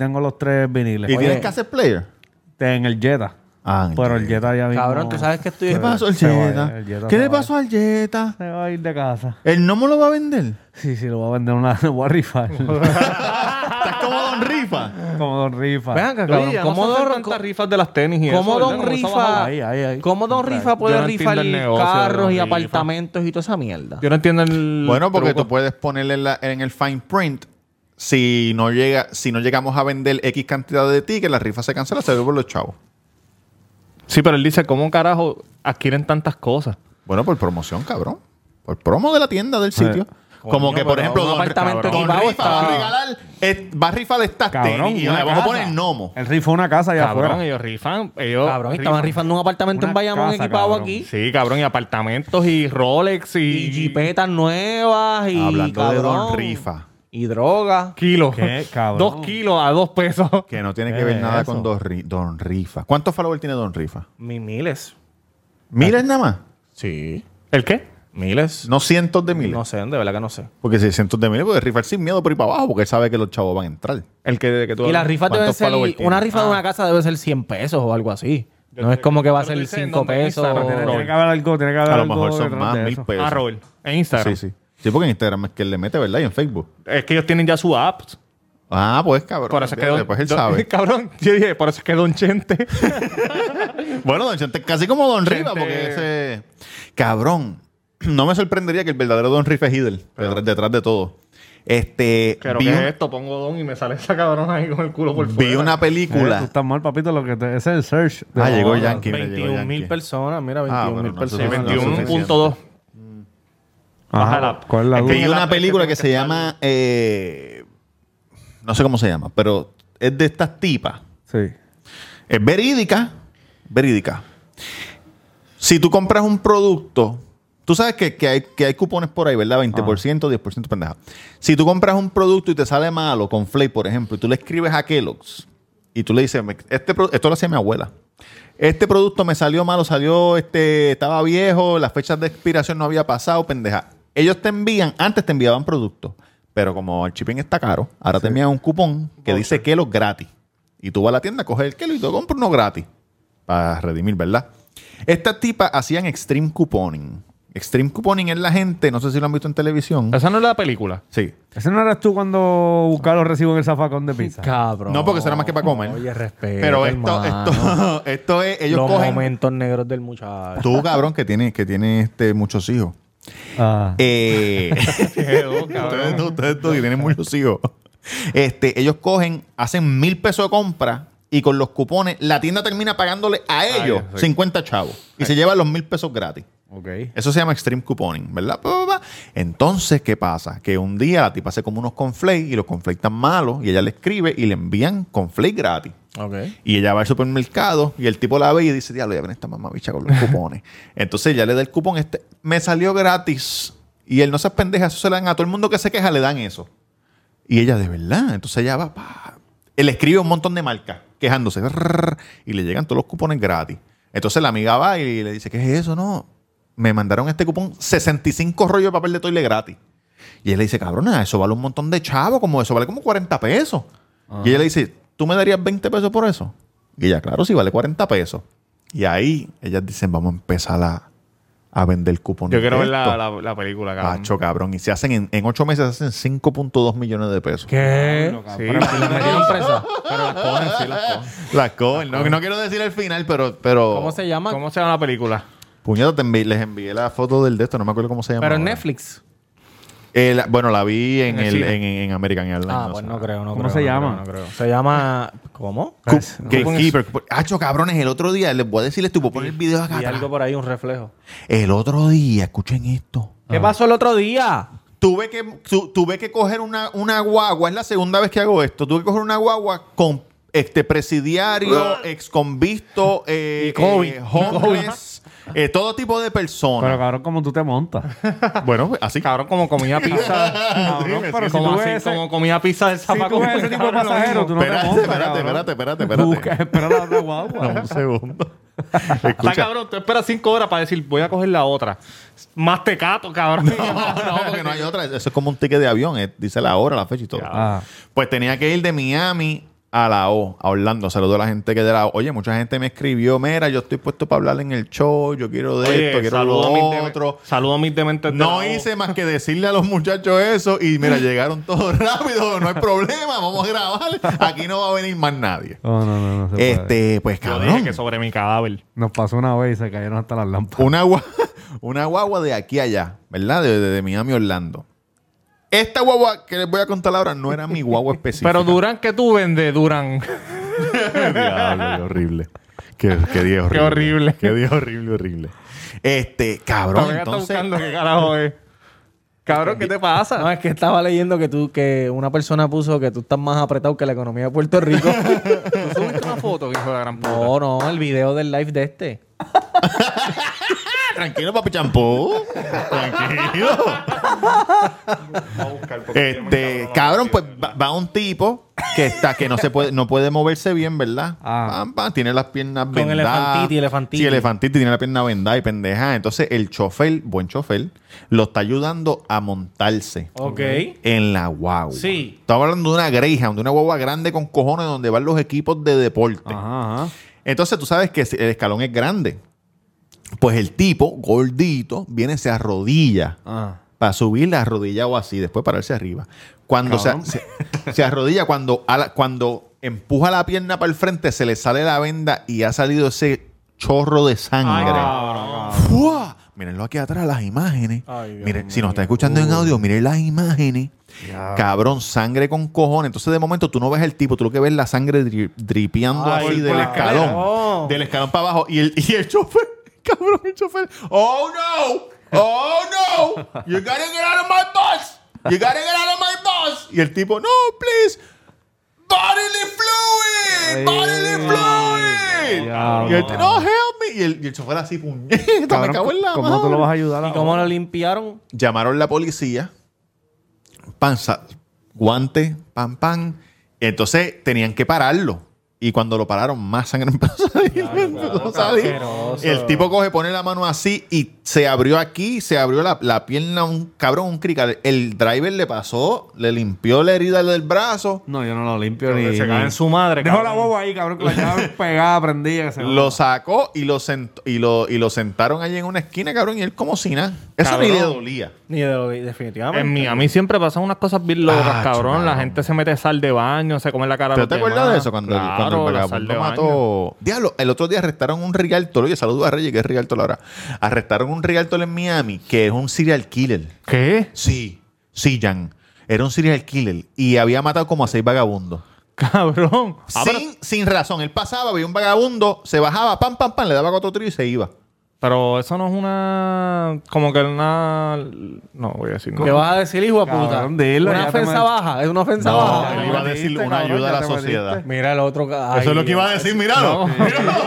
S1: tengo los tres viniles.
S2: ¿Y
S1: Oye,
S2: tienes cassette player?
S1: En el Jetta.
S2: Ah, en
S1: Pero el
S2: Jetta.
S1: Jetta ya mismo...
S7: Cabrón, tú sabes que estoy...
S2: ¿Qué pasó al
S1: Se va,
S2: Jetta?
S1: el Jetta
S2: ¿Qué
S1: se
S2: le
S1: va.
S2: pasó al Jetta?
S1: Se va a ir de casa. [laughs]
S2: ¿El gnomo lo va a vender?
S1: Sí, sí, lo voy a vender una... [laughs] Lo voy a
S7: [laughs]
S1: rifar.
S2: Estás como Don Rifa.
S1: Como Don Rifa.
S7: Ven acá, cabrón. ¿Cómo Don,
S3: tantas rifas de las tenis y
S7: cómo
S3: eso,
S7: Don
S3: ¿verdad? Como esa
S7: Rifa...
S1: ahí, ahí, ahí.
S7: ¿Cómo Don Rifa
S3: Yo
S7: puede
S3: no entiendo
S7: rifar
S3: el negocio de
S7: carros
S3: Don
S7: y
S3: Rifa.
S7: apartamentos y toda esa mierda?
S3: Yo no entiendo el.
S2: Bueno, porque tú
S3: truco.
S2: puedes ponerle en, la- en el fine print. Si no, llega, si no llegamos a vender X cantidad de tickets, la rifa se cancela, se ve por los chavos.
S3: Sí, pero él dice, ¿cómo carajo adquieren tantas cosas?
S2: Bueno, por promoción, cabrón. Por promo de la tienda del sitio. Como que, por
S7: pero
S2: ejemplo,
S7: un
S2: Don,
S7: apartamento
S2: Don
S7: equipado
S2: Rifa
S7: está-
S2: va a regalar, eh, va a rifar estas
S1: Cabrón,
S2: tenis y
S1: una
S2: le vamos a
S1: casa.
S2: poner gnomo.
S1: Él rifó una casa allá
S3: Cabrón,
S1: afuera.
S3: ellos rifan. Ellos
S7: Cabrón,
S3: rifan.
S7: estaban rifando un apartamento en
S1: Una
S7: Bayamón
S1: casa,
S7: equipado
S1: cabrón.
S7: aquí.
S3: Sí, cabrón, y apartamentos y Rolex y.
S7: Y jipetas nuevas y...
S2: Hablando de Don
S7: cabrón,
S2: Rifa.
S7: Y droga.
S3: Kilos. [laughs]
S1: ¿Qué, cabrón?
S3: Dos kilos a dos pesos.
S2: Que no tiene
S1: ¿Qué
S2: que ver
S1: es
S2: nada
S1: eso?
S2: con Don, Ri- Don Rifa. ¿Cuántos followers tiene Don Rifa?
S7: Mi- Miles.
S2: ¿Miles nada más?
S7: Sí.
S3: ¿El qué?
S7: Miles.
S2: No cientos de miles.
S7: No sé, de verdad que no sé.
S2: Porque si hay cientos de miles puede rifar sin miedo por ir para abajo porque él sabe que los chavos van a entrar.
S3: El que, que tú
S7: Y las rifas deben
S2: ¿Cuántos
S7: ser.
S2: followers tiene?
S7: Una rifa de una casa debe ser 100 pesos o algo así.
S3: Yo
S7: no
S3: sé
S7: es como que va a
S3: pero tú
S7: ser
S3: dices en
S7: 5
S3: nombre de
S7: pesos.
S3: Instagram,
S1: Tiene, tiene
S3: Robert.
S1: que haber algo, tiene que haber
S2: A lo
S1: algo
S2: mejor son
S1: detrás
S2: más
S1: de
S2: mil
S1: eso.
S2: pesos.
S3: Ah, Robert. En Instagram.
S2: Sí, sí. Sí, porque en Instagram es que él le mete, ¿verdad? Y en Facebook.
S3: Es que ellos tienen ya su app.
S2: Ah, pues cabrón.
S3: Por eso es que
S2: olvídate,
S3: Don-
S2: pues él
S3: Don-
S2: sabe.
S3: [laughs] Cabrón, yo dije, por eso es que
S2: [laughs]
S3: Don Chente. [laughs]
S2: Bueno, Don Chente es casi como Don
S3: Chente.
S2: Rifa porque ese... Cabrón. [clears throat] No me sorprendería que el verdadero Don Rifa es Hidel. Detrás, detrás de todo. Este...
S3: Pero
S2: vi
S3: ¿qué es
S2: un-
S3: esto? Pongo Don y me sale esa cabrona ahí con el culo por fuera.
S2: vi una
S1: Eh, tú
S2: película.
S1: estás mal, papito. Lo que te- ese es el search.
S2: Ah,
S1: De-
S2: llegó Yankee. mira, llegó
S7: 21 mil
S2: Yankee.
S7: personas, mira, 21
S2: Ah,
S7: mil
S2: bueno, no, eso
S7: personas.
S2: es
S7: Sí,
S2: 21.
S3: 21.2. Baja la app.
S1: ¿Cuál es la
S3: Es que
S1: duda?
S2: Vi
S3: en el app
S2: una
S3: es que
S2: película que
S3: tienes
S2: se llama... eh, No sé cómo se llama, pero es de estas tipas.
S1: Sí.
S2: Es verídica. Verídica. Si tú compras un producto, tú sabes que, que hay, que hay cupones por ahí, ¿verdad? 20%, 10%, pendeja. Si tú compras un producto y te sale malo, con Flay, por ejemplo, y tú le escribes a Kellogg's y tú le dices, "Me- este, pro- esto lo hacía mi abuela. Este producto me salió malo, salió, este, estaba viejo, las fechas de expiración no había pasado, pendeja. Ellos te envían, antes te enviaban productos, pero como el shipping está caro, ahora te envían un cupón que dice Kellogg's gratis. Y tú vas a la tienda, coges el Kellogg's y te compras uno gratis para redimir, ¿verdad? Estas tipas hacían extreme couponing. Extreme couponing es la gente, no sé si lo han visto en
S7: Ah,
S2: televisión.
S3: Esa no es la película.
S2: Sí.
S1: ¿Ese no eras tú cuando buscaba los recibos en el zafacón de pizza?
S7: Cabrón.
S2: No, porque eso era más que para comer.
S7: Oye, respeto.
S2: Pero esto, esto, [laughs] esto es, ellos
S7: Los
S2: cogen.
S7: momentos negros del muchacho.
S2: Tú, cabrón, que tiene, que tiene este, muchos hijos.
S1: Ah.
S2: Eh, [laughs] ustedes, dos, ustedes dos que tienen muchos hijos. Este, ellos cogen, hacen mil pesos de compra y con los cupones la tienda termina pagándole a ellos 50 chavos y se llevan los mil pesos gratis.
S1: ok.
S2: Eso se llama extreme couponing, ¿verdad? Pa, pa, pa. Entonces, ¿qué pasa? Que un día la tipa se come unos conflakes y los conflakes están malos y ella le escribe y le envían conflakes gratis.
S7: Ok.
S2: [laughs] Y ella va al supermercado y el tipo la ve y dice, diablo, ya ven esta mamá bicha con los cupones. Entonces ella le da el cupón, este me salió gratis. Y él no se pendeja, eso se le dan a todo el mundo que se queja, le dan eso. Y ella, de verdad. Entonces ella va, pa. Él escribe un montón de marcas quejándose. rrr, Y le llegan todos los cupones gratis. Entonces la amiga va y le dice, ¿qué es eso? No. Me mandaron este cupón 65 rollos de papel de toile gratis. Y él le dice, cabrona, eso vale un montón de chavo, como eso vale como 40 pesos. Y ella le dice, ¿tú me darías 20 pesos por eso? Y ella, claro, sí, vale 40 pesos. Y ahí ellas dicen, vamos a empezar a, a vender cupones.
S3: Yo quiero ver la,
S2: Esto.
S3: la, la película, cabrón.
S2: Cacho, cabrón. Y se hacen en, en ocho meses se hacen 5.2 millones de pesos.
S1: ¿Qué?
S3: ¿Eh? Sí, pero la metieron presa. Pero las cogen, sí, las [laughs] cogen.
S2: Las cogen. No, no quiero decir el final, pero. pero
S7: ¿Cómo se llama?
S3: ¿Cómo se llama la película?
S2: Puñeta, te envi- les envié la foto del de esto, no me acuerdo cómo se llama.
S7: Pero en
S2: ahora.
S7: Netflix.
S2: Eh, la- bueno, la vi en,
S3: En el
S2: el,
S3: cine.
S2: en, en American Airlines.
S7: Ah,
S2: o
S7: pues
S2: sea.
S7: no creo, no
S1: ¿Cómo
S7: creo,
S1: se
S7: no
S1: llama?
S7: creo, no creo. Se llama. ¿Cómo?
S2: Cu- Gatekeeper. Hacho, cabrones, el otro día les voy a decirles, tú puedes poner el video acá.
S7: Y
S2: atrás.
S7: algo por ahí, un reflejo.
S2: El otro día, escuchen esto.
S7: ¿Qué pasó el otro día?
S2: Tuve que, tu- tuve que coger una, una guagua, es la segunda vez que hago esto. Tuve que coger una guagua con este presidiario, exconvicto, eh,
S7: Y COVID.
S2: eh, homeless, eh, todo tipo de
S1: Pero
S2: personas.
S1: cabrón, ¿cómo tú te [laughs] montas?
S2: bueno, pues, así
S3: Cabrón, como comía pizza. Cabrón, pero
S1: si tú
S3: como,
S1: ves
S3: así,
S1: ese-
S3: como comía pizza del
S1: Si
S3: zapaco.
S1: tú ves ese tipo de
S3: cabrón, lo
S1: pasajero,
S3: mismo.
S1: tú no te montas.
S2: Espérate, espérate,
S1: cabrón.
S2: espérate, espérate, espérate.
S1: Busca- espera la otra guagua.
S2: Un segundo.
S3: [laughs] Está
S2: Escucha.
S3: cabrón, tú esperas cinco horas para decir, voy a coger la otra. Más tecato, cabrón. [laughs] No,
S2: No, porque no hay otra. Eso es como un ticket de avión. eh, Dice la hora, la fecha y todo.
S1: Ah.
S2: Pues tenía que ir de Miami a la O, a Orlando. Saludo a la gente que de la O. Oye, mucha gente me escribió, mira, yo estoy puesto para hablar en el show, yo quiero de esto,
S3: Oye,
S2: quiero
S3: saludo, a mis
S2: lo
S3: deme-
S2: otro.
S3: saludo a mis dementes. de
S2: No
S3: la O.
S2: hice más que decirle a los muchachos eso y
S3: [laughs]
S2: mira, llegaron todos rápido, no hay problema, vamos a grabar. Aquí no va a venir más nadie.
S1: No, no, no, no se puede.
S2: Este, pues
S3: Yo
S2: cabrón.
S3: dije que sobre mi cadáver.
S1: Nos pasó una vez y se cayeron hasta las lámparas.
S2: [laughs] Una, gua- una guagua de aquí a allá, ¿verdad? De, de, de Miami, Orlando. Esta guagua que les voy a contar ahora no era mi
S3: [laughs]
S2: guagua específica.
S3: Pero Durán, ¿qué tú vendes, Durán?
S2: [laughs] Diablo, qué horrible. Qué, qué día horrible.
S3: Qué horrible.
S2: Qué día horrible, horrible. Este, cabrón,
S3: Todavía está
S2: entonces.
S3: buscando qué carajo es. Cabrón, ¿qué te pasa?
S7: No, es que estaba leyendo que tú, que una persona puso que tú estás más apretado que la economía de Puerto Rico.
S3: [laughs] ¿Tú subiste una foto, hijo de la gran puta?
S7: no, no, el video del live de este.
S2: Tranquilo, papi champú. Tranquilo. este, cabrón, pues va, va un tipo que está, que no se puede, no puede moverse bien, ¿verdad?
S1: Ah.
S2: Pam, pam, tiene las piernas
S7: Con
S2: vendadas.
S7: elefantitis, elefantitis.
S2: Sí, elefantitis, tiene la pierna vendada y pendeja. Entonces, el chofer, buen chofer, lo está ayudando a montarse.
S7: Ok.
S2: En la guagua.
S7: Sí.
S2: Estaba hablando de una Greyhound, de una guagua grande con cojones donde van los equipos de deporte.
S1: Ajá, ajá.
S2: Entonces tú sabes que el escalón es grande. Pues el tipo, gordito, viene, se arrodilla
S1: Ah.
S2: para subir la rodilla o así, después pararse arriba. Cuando se,
S1: Cabrón.
S2: se- se arrodilla, cuando, a la- cuando empuja la pierna para el frente, se le sale la venda y ha salido ese chorro de
S3: Ah,
S2: sangre. ¡Fua! Mírenlo aquí atrás, las imágenes.
S7: Ay, Dios
S2: Miren, si nos está escuchando en audio, miren las imágenes. Cabrón, sangre con cojones. Entonces, de momento, tú no ves el tipo, tú lo que ves es la sangre dri- dripeando
S7: Ay, pues,
S2: así
S7: por
S2: del
S7: la
S2: escalón.
S7: escalera. Oh.
S2: Del escalón para abajo. Y el, y el chofer, [laughs] cabrón, el chofer. ¡Oh no! ¡Oh no! ¡You gotta get out of my bus! ¡You gotta get out of my bus! Y el tipo, no, please. Bodily fluid! Bodily fluid!
S1: diablo.
S2: Y el tipo, no, Oh, help me. Y el, y el chofer así, [laughs] puñeta, me
S1: Cabrón,
S2: cago en la
S1: ¿Cómo tú lo
S2: madre
S1: vas a ayudar?
S7: ¿Y cómo lo limpiaron?
S2: llamaron la policía, panza, guante, pam, pam. Entonces tenían que pararlo. Y cuando lo pararon, más sangre empezó a salir. [laughs] empezó a salir. El tipo coge, pone la mano así y se abrió aquí, se abrió la, la pierna, un cabrón, un crical. El driver le pasó, le limpió la herida del brazo,
S1: No, yo no lo limpio ni...
S3: Se
S1: ni-
S3: cae en su madre,
S1: Dejo
S3: cabrón.
S1: la boba ahí, cabrón, que la
S2: [laughs]
S1: llave pegada, prendida. que se joda.
S2: lo sacó y lo, sentó- y, lo, y lo sentaron allí en una esquina, cabrón, y él como si nada. Eso ni
S3: Cabrón.
S2: le dolía.
S7: Ni de lo definitivamente.
S3: En Miami siempre pasan unas cosas bien locas,
S2: Ah,
S3: cabrón.
S2: chaval.
S3: La gente se mete sal de baño, se come la cara. a
S2: ¿Pero
S3: los
S2: te acuerdas
S3: demás.
S2: de eso cuando, el-
S3: Claro,
S2: cuando el
S3: la
S2: vagabundo
S3: sal de baño.
S2: mató? Diablo, el otro día arrestaron un Rialtolo. Oye, saludo a Reyes, que es Rialtolo ahora. Arrestaron un Rialtolo en Miami, que es un serial killer.
S3: ¿Qué? [laughs]
S2: Sí, sí, Jan. Era un serial killer y había matado como a seis vagabundos.
S3: Cabrón. Ah, pero,
S2: sin, sin razón. Él pasaba, veía un vagabundo, se bajaba, pam, pam, pam, le daba cuatro tiros y se iba.
S3: pero eso no es una. Como que una. No, voy a decir. no.
S7: ¿Qué vas a decir, hijo de puta?
S1: Cabrón, dilo,
S7: una
S1: ya te
S7: ofensa
S1: me-
S7: baja, es una ofensa
S2: No,
S7: baja.
S2: él
S1: te
S2: iba a
S1: metiste,
S2: decir una
S1: cabrón,
S2: ayuda a
S1: ya
S2: la
S1: te
S2: sociedad.
S1: metiste.
S7: Mira el otro. ca-
S2: Eso es [laughs]
S7: Ay,
S2: lo que iba a decir, míralo. Míralo, míralo.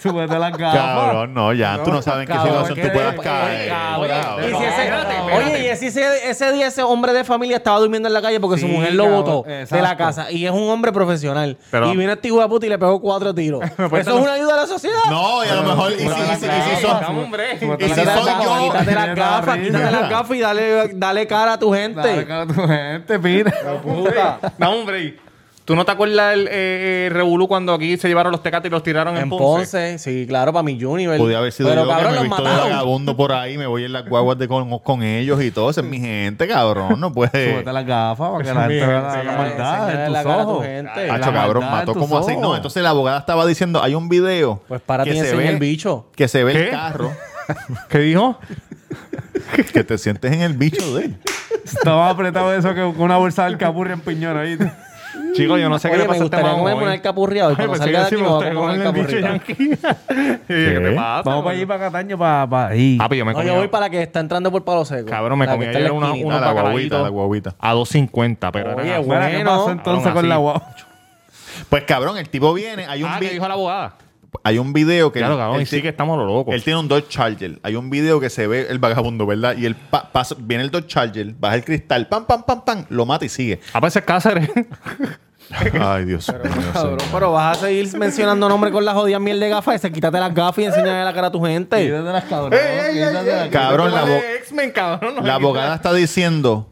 S1: Súbete las gafas.
S2: Cabrón, no, ya. tú no sabes en qué
S7: cabrón,
S2: situación
S7: que
S2: tú puedas
S7: de- eh,
S2: caer.
S3: cabrón.
S2: cabrón.
S7: Y si ese-
S3: Espérate,
S7: Oye,
S3: espérate.
S7: y si ese, ese día ese hombre de familia estaba durmiendo en la calle porque su
S1: Sí,
S7: mujer lo
S1: cabrón,
S7: botó de la
S1: exacto.
S7: casa y es un hombre profesional.
S3: Pero-
S7: y vino este hijo de puta y le pegó
S1: [laughs]
S7: cuatro tiros.
S1: Pues
S7: ¿Eso es una ayuda a la sociedad?
S2: No, y a lo mejor. Y si, y si- y si son-
S3: Dame un break.
S1: Súbete
S2: y si
S1: las
S7: Quítate
S2: soy
S1: gafas,
S7: las
S2: yo-
S7: gafas, Quítate las gafas, quítate las gafas y dale, dale cara a tu gente.
S1: Dale, cara, tu gente, mira.
S7: Puta.
S3: Dame un break. ¿Tú no te acuerdas el eh, eh, revolú cuando aquí se llevaron los tecates y los tiraron en,
S7: En
S3: Ponce?
S7: Ponce, sí, claro, para mi Junior.
S2: Podía haber sido
S7: Pero
S2: yo
S7: cabrón,
S2: que me he
S7: los
S2: visto de
S7: mataron.
S2: vagabundo por ahí, me voy en las guaguas de con, con ellos y todo. Esa es mi gente, cabrón. No puede.
S1: Súbete las gafas para que la gente vea la- la maldad
S7: Enseñale
S1: en
S7: la
S1: tus
S7: cara a tu
S1: ojos.
S7: gente.
S1: Ay,
S2: Hacho,
S1: la
S2: cabrón,
S1: maldad en
S2: mató
S1: tus
S2: como así. No,
S1: ojos.
S2: entonces la abogada estaba diciendo, hay un video.
S7: Pues para ti
S2: que se
S7: enseña
S2: ve-
S7: el bicho.
S2: Que se ve el
S3: ¿Qué?
S2: carro,
S3: ¿Qué dijo?
S2: que te sientes en el bicho de él.
S1: Estaba apretado eso que con una bolsa de alcapurria en piñón
S2: [laughs]
S1: ahí.
S3: Chico, yo no sé qué
S7: Oye,
S3: le
S7: me
S3: pasó a este
S7: gustaría
S3: mamón.
S7: comerme una alcapurriada. Y
S3: Ay,
S7: cuando
S3: pensé que
S7: salga de aquí
S3: sí me
S7: me voy a
S3: gustaría
S7: comer una
S3: comer el bicho
S7: alcapurriada.
S3: yanqui. [laughs] ¿Qué te
S2: Ah,
S3: pasa?
S1: Vamos para allí, para Cataño, para, para ahí.
S3: Papi, yo me
S7: No,
S3: comí.
S7: yo voy para la que está entrando por Palo Seco.
S3: Cabrón, me
S7: La que
S3: comí
S7: está en la
S3: ayer una,
S7: esquinita.
S3: unos
S2: Ah, la guaguita,
S3: bacalaitos
S2: la guaguita.
S3: A 2.50, pero
S7: Oye,
S3: era
S7: güey.
S1: Mira, ¿qué
S7: bueno.
S1: pasó entonces
S3: Cabrón,
S1: con la
S3: así.
S1: guagua?
S2: Pues cabrón, el tipo viene, hay un,
S3: Ah,
S2: vi-
S3: que dijo la abogada.
S2: hay un video que...
S3: Claro, cabrón,
S2: el
S3: y sí
S2: ti-
S3: que estamos a lo locos.
S2: Él tiene un Dodge Charger. Hay un video que se ve el vagabundo, ¿verdad? Y él pa- pasa- viene el Dodge Charger, baja el cristal, pam, pam, pam, pam, lo mata y sigue.
S3: A veces pues Cáceres.
S2: Ay, Dios mío.
S7: Cabrón,
S2: señor.
S7: pero vas a
S3: [laughs]
S7: seguir mencionando nombres con las jodidas miel de gafas. Ese, quítate las gafas y enséñale la cara a tu gente.
S1: Quítate las cabronas, quítate las-
S2: [laughs] Cabrón, la, bo-
S3: Este X-Men, cabrón.
S2: la abogada está diciendo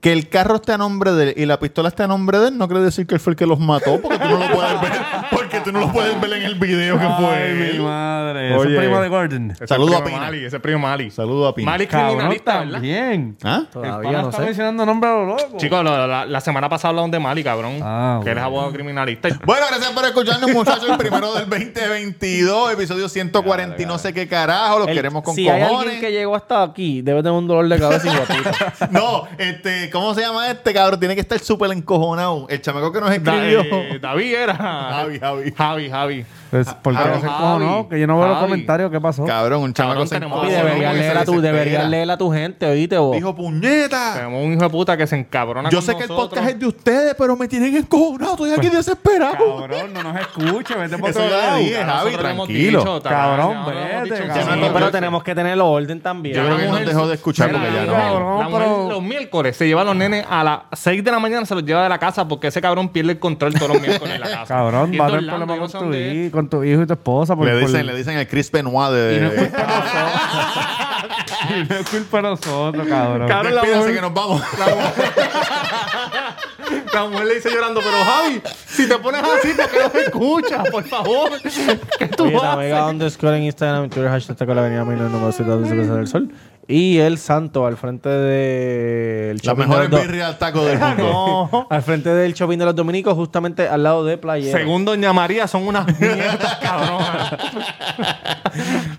S2: que el carro está a nombre de él y la pistola está a nombre de él. No quiere decir que él fue el que los mató porque tú no lo puedes ver, porque tú no lo puedes ver en el video que
S1: Ay,
S2: fue
S1: mi
S2: él.
S1: madre. Eso
S2: Oye.
S1: es primo de Gordon.
S3: Ese
S2: Saludo a
S3: primo
S2: Pina.
S3: Este Mali, ese primo Mali.
S2: Saludo a Pina.
S3: Mali es
S1: Cabrón,
S3: criminalista, ¿verdad?
S1: también.
S2: ¿Ah?
S1: El
S7: Todavía
S1: pana
S7: no
S1: está
S7: sé.
S1: mencionando nombre a lo loco.
S3: Chicos, la, la- la semana pasada hablaron de Mali, cabrón.
S1: Ah,
S3: que
S1: bueno.
S3: eres abogado
S2: [laughs]
S3: criminalista.
S2: Bueno, gracias por escucharnos, muchachos. El primero del 2022, episodio 140 y no sé qué carajo. Los
S7: El-
S2: queremos con
S7: si hay alguien
S2: cojones.
S7: que llegó hasta aquí, debe tener un dolor de cabeza hijo de puta.
S2: [laughs] No, este, ¿cómo se llama este cabrón? Tiene que estar súper encojonado. El chamaco que nos
S3: Da-
S2: escribió.
S3: eh, David era.
S2: Javi, Javi.
S3: Javi, Javi.
S1: Pues, ¿Por qué
S3: Javi,
S1: no se cojonó? Que yo no veo los
S3: Javi.
S1: comentarios. ¿Qué pasó?
S2: Cabrón, un chamaco
S3: Cabrón,
S2: se
S3: tenemos-
S7: Y
S2: encojonó,
S7: deberías
S2: que se
S7: leer a tu,
S2: desespera.
S7: deberías leer a tu gente, oíste vos.
S2: Dijo, puñeta.
S3: Tenemos un hijo de puta que se encabrona
S2: Yo
S3: con
S2: sé que el
S3: nosotros.
S2: podcast es de ustedes, pero me tienen encojonado. Estoy aquí desesperado.
S1: Pues, Cabrón, no nos escuches. Vete por
S2: Eso
S1: otro
S2: ya
S1: lado.
S2: dije,
S3: Nosotros
S2: Javi,
S3: le hemos
S2: tranquilo.
S3: dicho, tal-
S1: Cabrón,
S3: no, no,
S1: vete,
S3: hemos dicho,
S1: cabrón.
S3: sí,
S7: Sí,
S2: yo-
S7: pero tenemos que tener orden también.
S2: Yo creo que él nos
S3: mujer-
S2: dejó de escuchar
S3: Mira,
S2: porque ya
S3: la
S2: no.
S3: mujer-
S1: Cabrón,
S3: la mujer
S1: pero-
S3: Los miércoles se lleva a los nenes a las 6 de la mañana, se los lleva de la casa porque ese cabrón pierde el control todos los miércoles en la
S1: [laughs]
S3: casa.
S1: Cabrón,
S3: Y
S1: va a
S3: es de
S1: tener
S3: Orlando,
S1: problemas
S3: yo
S1: con tu,
S3: no sé dónde
S1: hi- con tu hijo y tu esposa. por-
S2: Le
S1: por-
S2: dicen, le dicen el Chris Benoit
S1: Y no es
S2: de.
S1: culpa de nosotros. [laughs] Y no es culpa de nosotros, cabrón.
S3: Cabrón, la
S2: Despídanse
S3: mujer-
S2: que nos vamos.
S3: es. La mujer le dice llorando, pero Javi, si te pones así, ¿por qué no me escuchas?
S1: [laughs]
S3: Por favor. ¿Qué tú
S7: Oye,
S3: haces?
S7: navega underscore en Instagram, en Twitter, hashtag con la avenida Maynard, número 712 del Sol. Y el santo al frente del
S2: La
S7: shopping
S2: mejor
S7: de los do-
S2: birria al taco
S1: [laughs]
S2: del
S1: Ah,
S2: mundo.
S3: No.
S7: Al frente del shopping de los dominicos, justamente al lado de Playa.
S3: Según Doña María, son [laughs] unas mierdas, cabrón.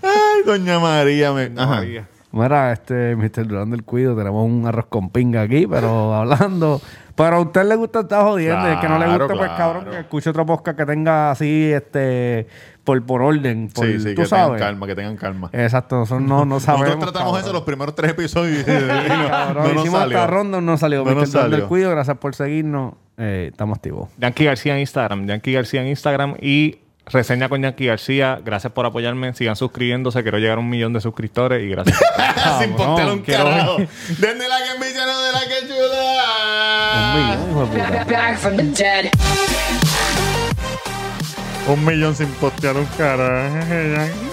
S2: Ay, doña María. Me... Ajá.
S1: Mira, este, Mr. Durán del Cuido, tenemos un arroz con pinga aquí, pero [laughs] hablando. Pero a usted le gusta estar jodiendo, el que no le gusta,
S2: Claro,
S1: pues
S2: claro.
S1: cabrón, que escuche otro podcast que tenga así, este, por, por orden, por,
S2: Sí, sí,
S1: tú
S2: que tengan
S1: sabes.
S2: calma, que tengan calma.
S1: Exacto, nosotros no, no sabemos.
S2: [laughs] Nosotros tratamos
S1: cabrón.
S2: eso los primeros tres episodios y, y no,
S1: [laughs] Cabrón,
S2: no nos
S1: hicimos
S2: salió.
S1: esta ronda, no salió.
S2: No
S1: Mr.
S2: nos
S1: Durán del
S2: salió.
S1: Cuido, gracias por seguirnos. Eh, estamos activos.
S3: Yankee García en Instagram, Yankee García en Instagram y reseña con Yankee García. Gracias por apoyarme. Sigan suscribiéndose. Quiero llegar a un millón de suscriptores y gracias.
S2: [laughs] Sin postear un
S1: quiero-
S2: carajo. Denle like en vídeo, no de like en chula.
S1: Millón, hijo de puta.
S8: Back from the dead.
S2: Un millón sin postear un carajo.